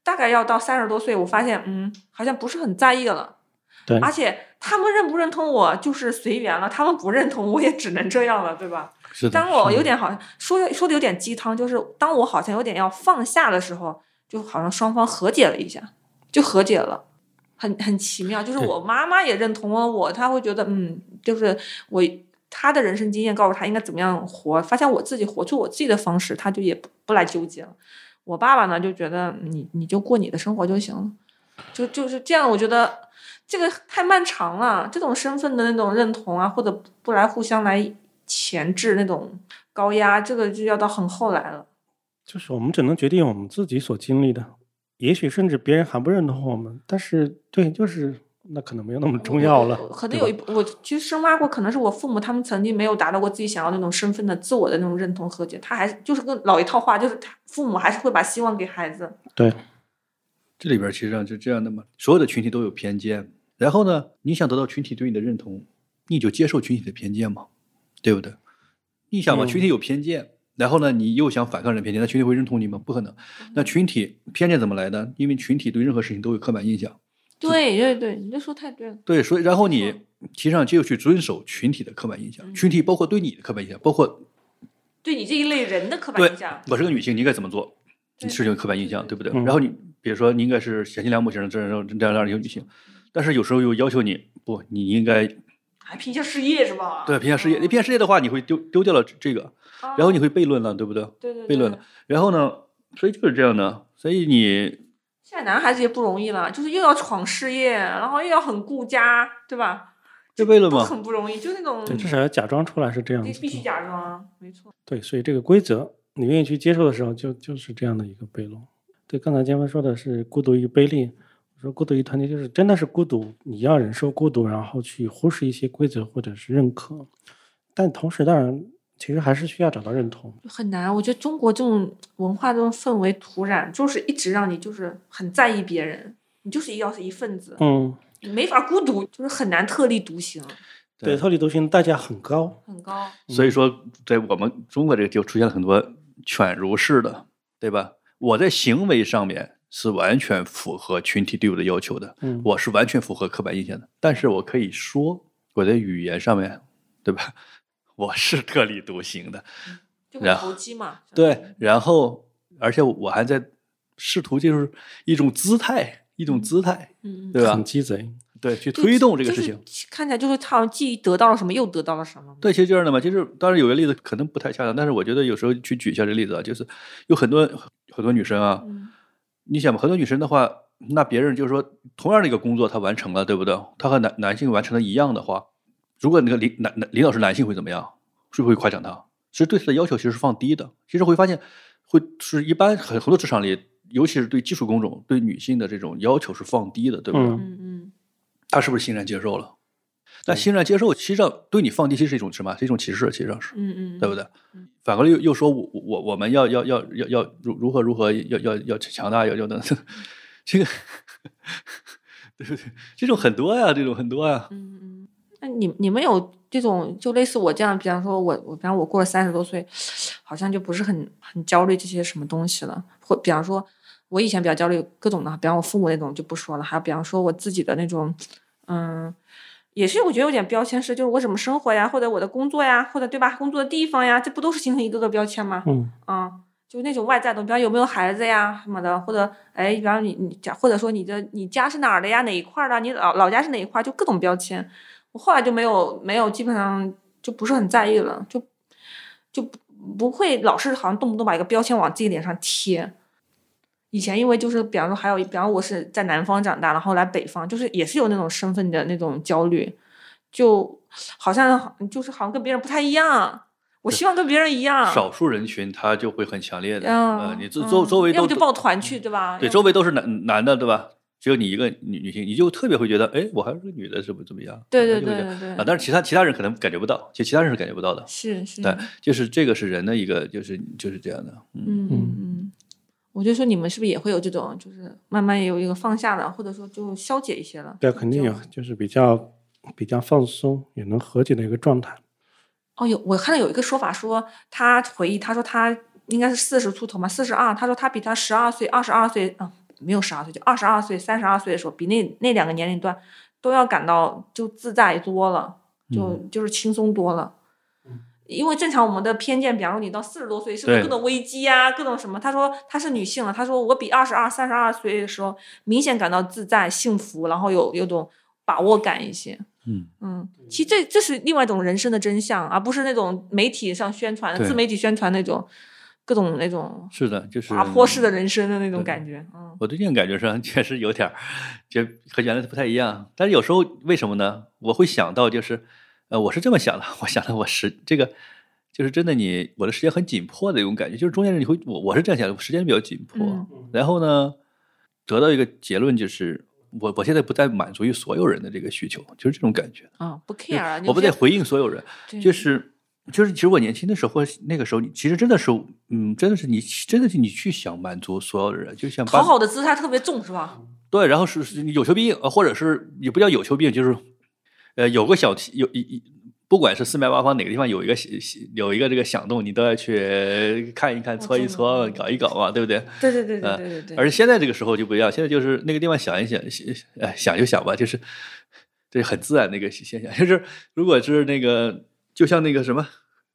S2: 大概要到三十多岁，我发现，嗯，好像不是很在意了。
S3: 对
S2: 而且他们认不认同我就是随缘了，他们不认同我也只能这样了，对吧？
S1: 是的，
S2: 当我
S1: 是的
S2: 有点好像说说的有点鸡汤，就是当我好像有点要放下的时候，就好像双方和解了一下，就和解了，很很奇妙。就是
S1: 对
S2: 我妈妈也认同了我，她会觉得嗯，就是我她的人生经验告诉她应该怎么样活，发现我自己活出我自己的方式，她就也不不来纠结了。我爸爸呢就觉得你你就过你的生活就行了，就就是这样，我觉得。这个太漫长了，这种身份的那种认同啊，或者不来互相来前置那种高压，这个就要到很后来了。
S3: 就是我们只能决定我们自己所经历的，也许甚至别人还不认同我们，但是对，就是那可能没有那么重要了
S2: 呃我。可能
S3: 对
S2: 有一
S3: 吧
S2: 部，我其实深挖过，可能是我父母他们曾经没有达到过自己想要那种身份的自我的那种认同和解，他还是就是跟老一套话，就是他父母还是会把希望给孩子。
S3: 对，
S1: 这里边儿其实上是这样的嘛，所有的群体都有偏见，然后呢，你想得到群体对你的认同，你就接受群体的偏见嘛，对不对？你想嘛，
S3: 嗯
S1: 群体有偏见，然后呢，你又想反抗这偏见，那群体会认同你吗？不可能。那群体偏见怎么来的？因为群体对任何事情都有刻板印象，
S2: 对对对，你这说太对了。
S1: 对，所以然后你
S2: 错
S1: 提上就去遵守群体的刻板印象，群体包括对你的刻板印象，包括
S2: 对你这一类人的刻板
S1: 对
S2: 印象，
S1: 我是个女性，你应该怎么做？
S2: 对
S1: 事情有刻板印象，对不对？
S3: 嗯
S1: 然后你比如说，你应该是贤妻良母型的这样这样这样一个女性，
S2: 嗯
S1: 但是有时候又要求你不，你应该
S2: 还评价哎事业是吧？
S1: 对，偏向事业。
S2: 嗯
S1: 你偏向事业的话，你会丢丢掉了这这个，
S2: 啊
S1: 然后你会悖论了，对不对？
S2: 对对
S1: 悖论
S2: 对
S1: 了。然后呢，所以就是这样的。所以你
S2: 现在男孩子也不容易了，就是又要闯事业，然后又要很顾家，对吧？
S1: 就为了
S2: 都
S1: 嘛，
S2: 很不容易，就那种
S3: 对，至少要假装出来是这样子
S2: 必
S3: 的。
S2: 必须假装，啊没错。
S3: 对，所以这个规则你愿意去接受的时候就，就是这样的一个悖论。对，刚才建峰说的是孤独与卑劣，我说孤独与团结就是真的是孤独，你要忍受孤独，然后去忽视一些规则或者是认可，但同时当然其实还是需要找到认同。
S2: 很难。啊我觉得中国这种文化这种氛围土壤，就是一直让你就是很在意别人，你就是要是一份子，
S3: 嗯，
S2: 你没法孤独，就是很难特立独行，
S1: 对
S3: 对，特立独行的代价很高。
S2: 很高。
S1: 所以说，在我们中国这个就出现了很多犬儒式的，对吧？我在行为上面是完全符合群体对我的要求的，
S3: 嗯，
S1: 我是完全符合刻板印象的，但是我可以说我在语言上面，对吧？ 我是特立独行的，
S2: 就很
S1: 然后
S2: 投机嘛，
S1: 啊对，然后而且我还在试图就是一种姿态，一种姿态，
S2: 嗯，嗯
S1: 对吧
S3: 很？鸡贼。
S1: 对，去
S2: 就
S1: 推动这个
S2: 就
S1: 事
S2: 是
S1: 情。
S2: 看起来就是好像既得到了什么，又得到了什么。
S1: 对，其实就是那么，就是当然有个例子可能不太恰当，但是我觉得有时候去举一下这例子啊，就是有很多很多女生啊，
S2: 嗯，
S1: 你想吧，很多女生的话，那别人就是说同样的一个工作她完成了，对不对？她和男男性完成的一样的话，如果那个领男男领导是男性会怎么样？是不是会夸奖她？其实对她的要求其实是放低的。其实会发现，会是一般很很多职场里，尤其是对技术工种，对女性的这种要求是放低的，对不对？
S3: 嗯，
S2: 嗯嗯，
S1: 她是不是欣然接受了？那
S3: 对
S1: 欣然接受，其实上对你放低，其实是一种什么？是一种歧视，其实上是。
S2: 嗯嗯，
S1: 对不对
S2: 嗯？
S1: 反过来又又说我我我们要要要要要如如何如何要要要强大要要等，
S2: 嗯
S1: 这个对不对？这种很多呀，这种很多呀。
S2: 嗯嗯，那你你们有这种就类似我这样，比方说我我比方我过了三十多岁，好像就不是很很焦虑这些什么东西了，或比方说我以前比较焦虑各种的，比方我父母那种就不说了，还有比方说我自己的那种，嗯。也是，我觉得有点标签式，就是我怎么生活呀，或者我的工作呀，或者对吧，工作的地方呀，这不都是形成一个个标签吗？
S3: 嗯
S2: 啊、就那种外在的，比方有没有孩子呀什么的，或者哎，比方你你家，或者说你的你家是哪儿的呀，哪一块儿的，你老老家是哪一块儿，就各种标签。我后来就没有没有，基本上就不是很在意了，就就不不会老是好像动不动把一个标签往自己脸上贴。以前因为就是，比方说还有，比方我是在南方长大，然后来北方，就是也是有那种身份的那种焦虑，就好像就是好像跟别人不太一样。我希望跟别人一样，
S1: 少数人群他就会很强烈的，
S2: 嗯，
S1: 呃你周周周围
S2: 要
S1: 都
S2: 不就抱团去，对吧？
S1: 对，
S2: 要
S1: 周
S2: 不
S1: 围都是男男的，对吧？只有你一个女女性，你就特别会觉得，哎，我还是个女的，怎么怎么样？
S2: 对对
S1: 就会
S2: 对
S1: 这样
S2: 对对，
S1: 啊，但是其他其他人可能感觉不到，其实其他人是感觉不到的。
S2: 是是，
S1: 对，就是这个是人的一个，就是就是这样的。嗯，
S2: 嗯嗯嗯，我就说你们是不是也会有这种，就是慢慢也有一个放下了，或者说就消解一些了？
S3: 对，肯定有
S2: 就，
S3: 就是比较比较放松，也能和解的一个状态。
S2: 哦，有我看到有一个说法说，他回忆，他说他应该是四十出头嘛，四十二，他说他比他十二岁、二十二岁，啊、没有十二岁，就二十二岁、三十二岁的时候，比那那两个年龄段都要感到就自在多了，就、就是轻松多了。因为正常我们的偏见，比方说你到四十多岁，是不是
S1: 对
S2: 各种危机啊，各种什么？他说她是女性了，他说我比二十二、三十二岁的时候明显感到自在、幸福，然后有有种把握感一些。
S1: 嗯，
S2: 嗯，其实这这是另外一种人生的真相，而不是那种媒体上宣传、
S1: 对
S2: 自媒体宣传那种各种那种
S1: 是的，就是嗯
S2: 滑坡式的人生的那种
S1: 对
S2: 感觉。嗯，
S1: 我最近感觉上 确实有点儿，就和原来不太一样。但是有时候为什么呢？我会想到就是，呃，我是这么想的，我想到我时这个就是真的你我的时间很紧迫的一种感觉，就是中间人你会我我是这样想的，时间比较紧迫，
S2: 嗯
S1: 然后呢，得到一个结论就是。我我现在不再满足于所有人的这个需求，就是这种感觉。
S2: 啊，不嗯
S1: 就是
S2: care，啊
S1: 我不再，回应所有人，
S2: 你
S1: 就
S2: 对
S1: 是就是，其实我年轻的时候，那个时候，你其实真的是，嗯，真的是你，真的是你去想满足所有的人，就想把嗯
S2: 讨好的姿态特别重，是吧？
S1: 对，然后是是有求必应，呃或者是也不叫有求必应，就是呃有个小题有一一。不管是四面八方哪个地方有一个喜喜有一个这个响动，你都要去看一看、搓一
S2: 真的
S1: 搓、搞一搞嘛，对不对？
S2: 对对对对
S1: 呃
S2: 对对对。
S1: 而现在这个时候就不一样，现在就是那个地方想一想，哎，想就想吧，就是这很自然的一个现象。就是如果是那个，就像那个什么，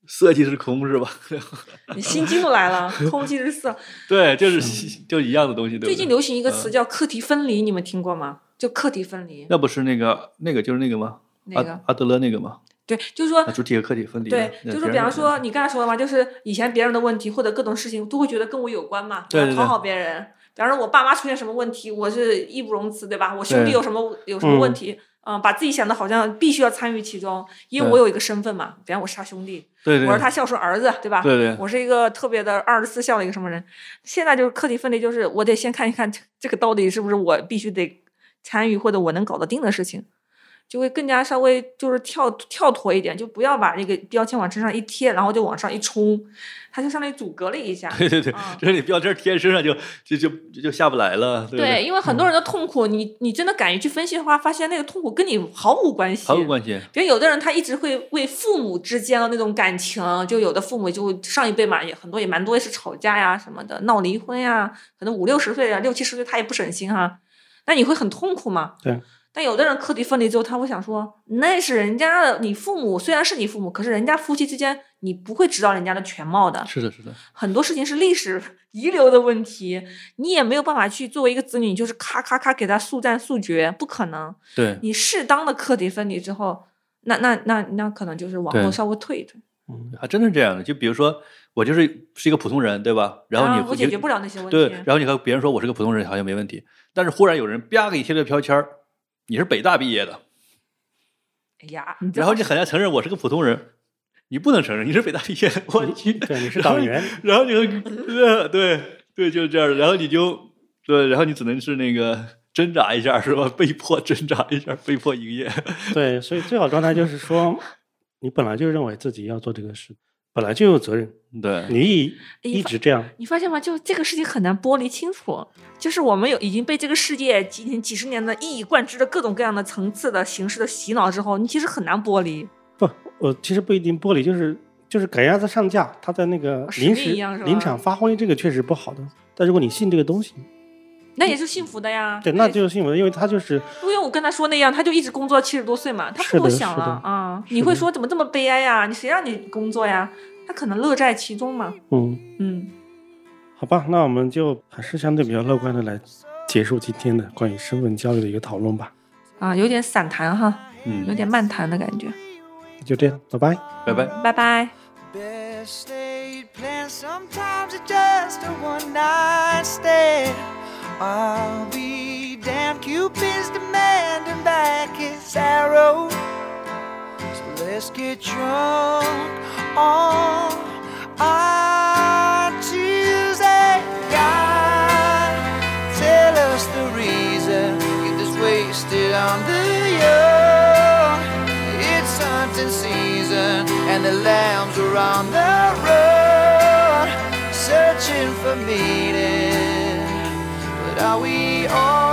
S1: 色即是空，是吧？
S2: 你心机都来了，空气之色。
S1: 对，就是就一样的东西，对
S2: 最
S1: 不
S2: 近
S1: 对？
S2: 流行一个
S1: 嗯
S2: 词叫课题分离，你们听过吗？就课题分离，
S1: 那不是那个那个就是那个吗？
S2: 那
S1: 阿
S2: 个
S1: 阿德勒那个吗？
S2: 对，就是说
S1: 啊主体和客体分离的。
S2: 对，
S1: 那
S2: 就是
S1: 别
S2: 比
S1: 人的
S2: 方
S1: 嗯
S2: 说你刚才说的嘛，就是以前别人的问题或者各种事情都会觉得跟我有关嘛，
S1: 对对
S2: 讨
S1: 对
S2: 好别人。比方说我爸妈出现什么问题，我是义不容辞，对吧？我兄弟
S1: 对
S2: 有什么有什么
S3: 嗯
S2: 问题，嗯把自己想的好像必须要参与其中，因为我
S1: 对
S2: 有一个身份嘛，比方我是他兄弟，
S1: 对对，
S2: 我是他孝嗯顺儿子，对吧？
S1: 对对
S2: 我是一个特别的二十四孝的一个什么人。现在就是课题分离，就是我得先看一看这这个到底是不是我必须得参与或者我能搞得定的事情，就会更加稍微就是跳跳脱一点，就不要把那个标签往身上一贴，然后就往上一冲，它就相当于阻隔了一下。
S1: 对对对
S2: 啊，
S1: 就是你标签贴身上就就就就就下不来了，对不
S2: 对，
S1: 对？
S2: 因为很多人的痛苦，你你真的敢于去分析的话，发现那个痛苦跟你毫无关系，
S1: 毫无关系，
S2: 比如有的人他一直会为父母之间的那种感情，就有的父母就上一辈嘛，也很多也蛮多也是吵架呀什么的，闹离婚呀，可能五六十岁啊，六七十岁他也不省心哈、啊那你会很痛苦嘛？
S3: 对。
S2: 但有的人课题分离之后，他会想说，那是人家的，你父母虽然是你父母，可是人家夫妻之间你不会知道人家的全貌的，
S1: 是的，是的，
S2: 很多事情是历史遗留的问题，你也没有办法去作为一个子女，你就是咔咔咔给他速战速决，不可能。
S1: 对
S2: 你适当的课题分离之后，那那那那可能就是往后
S1: 对
S2: 稍微退一退，
S3: 嗯，
S1: 还真是这样的。就比如说我就是是一个普通人，对吧？然后你
S2: 啊我
S1: 会
S2: 解决不了那些问
S1: 对
S2: 题，，
S1: 然后你和别人说我是个普通人，好像没问题，但是忽然有人啪给你贴了个标签儿你是北大毕业的，
S2: 哎呀，你这
S1: 然后你很难承认我是个普通人，你不能承认你是北大毕业，
S2: 嗯
S1: 我去，
S3: 对，你是
S1: 然后
S3: 党
S1: 你
S3: 员，
S1: 然后你呃对对就是这样的，然后你就对，然后你只能是那个挣扎一下是吧？被迫挣扎一下，被迫营业。
S3: 对，所以最好状态就是说，你本来就认为自己要做这个事，本来就有责任，
S1: 对，
S3: 你一
S2: 哎一
S3: 一
S2: 发
S3: 直这样，
S2: 你发现吗？就这个事情很难剥离清楚，就是我们有已经被这个世界几几十年的一以贯之的各种各样的层次的形式的洗脑之后，你其实很难剥离。
S3: 不，我其实不一定玻璃，就是就是赶鸭子上架，他在那个
S2: 哦使
S3: 临
S2: 命
S3: 时
S2: 一样是吧
S3: 临场发挥，这个确实不好的。但如果你信这个东西，
S2: 那也是幸福的呀。
S3: 嗯对，那就是信我的，因为他就是
S2: 因为我跟他说那样，他就一直工作到七十多岁嘛，他
S3: 是
S2: 不
S3: 的
S2: 多想
S3: 是的
S2: 了啊。
S3: 是的
S2: 你会说怎么这么悲哀呀？你谁让你工作呀？他可能乐在其中嘛。
S3: 嗯，
S2: 嗯，
S3: 好吧，那我们就还是相对比较乐观的来结束今天的关于身份焦虑的一个讨论吧。
S2: 啊，有点散谈哈，有
S1: 嗯，
S2: 点漫谈的感觉。
S3: 就这样，拜拜。
S1: 拜拜。
S2: 拜拜。
S4: Best laid plans sometimes it's just a one night stand. I'll be damned, Cupid's demanding back his arrow. So let's get drunk on our Tuesday. God, tell us the reason you're this wasted on the young. It's hunting season and the lambs are on the road searching for meaning. But are we all?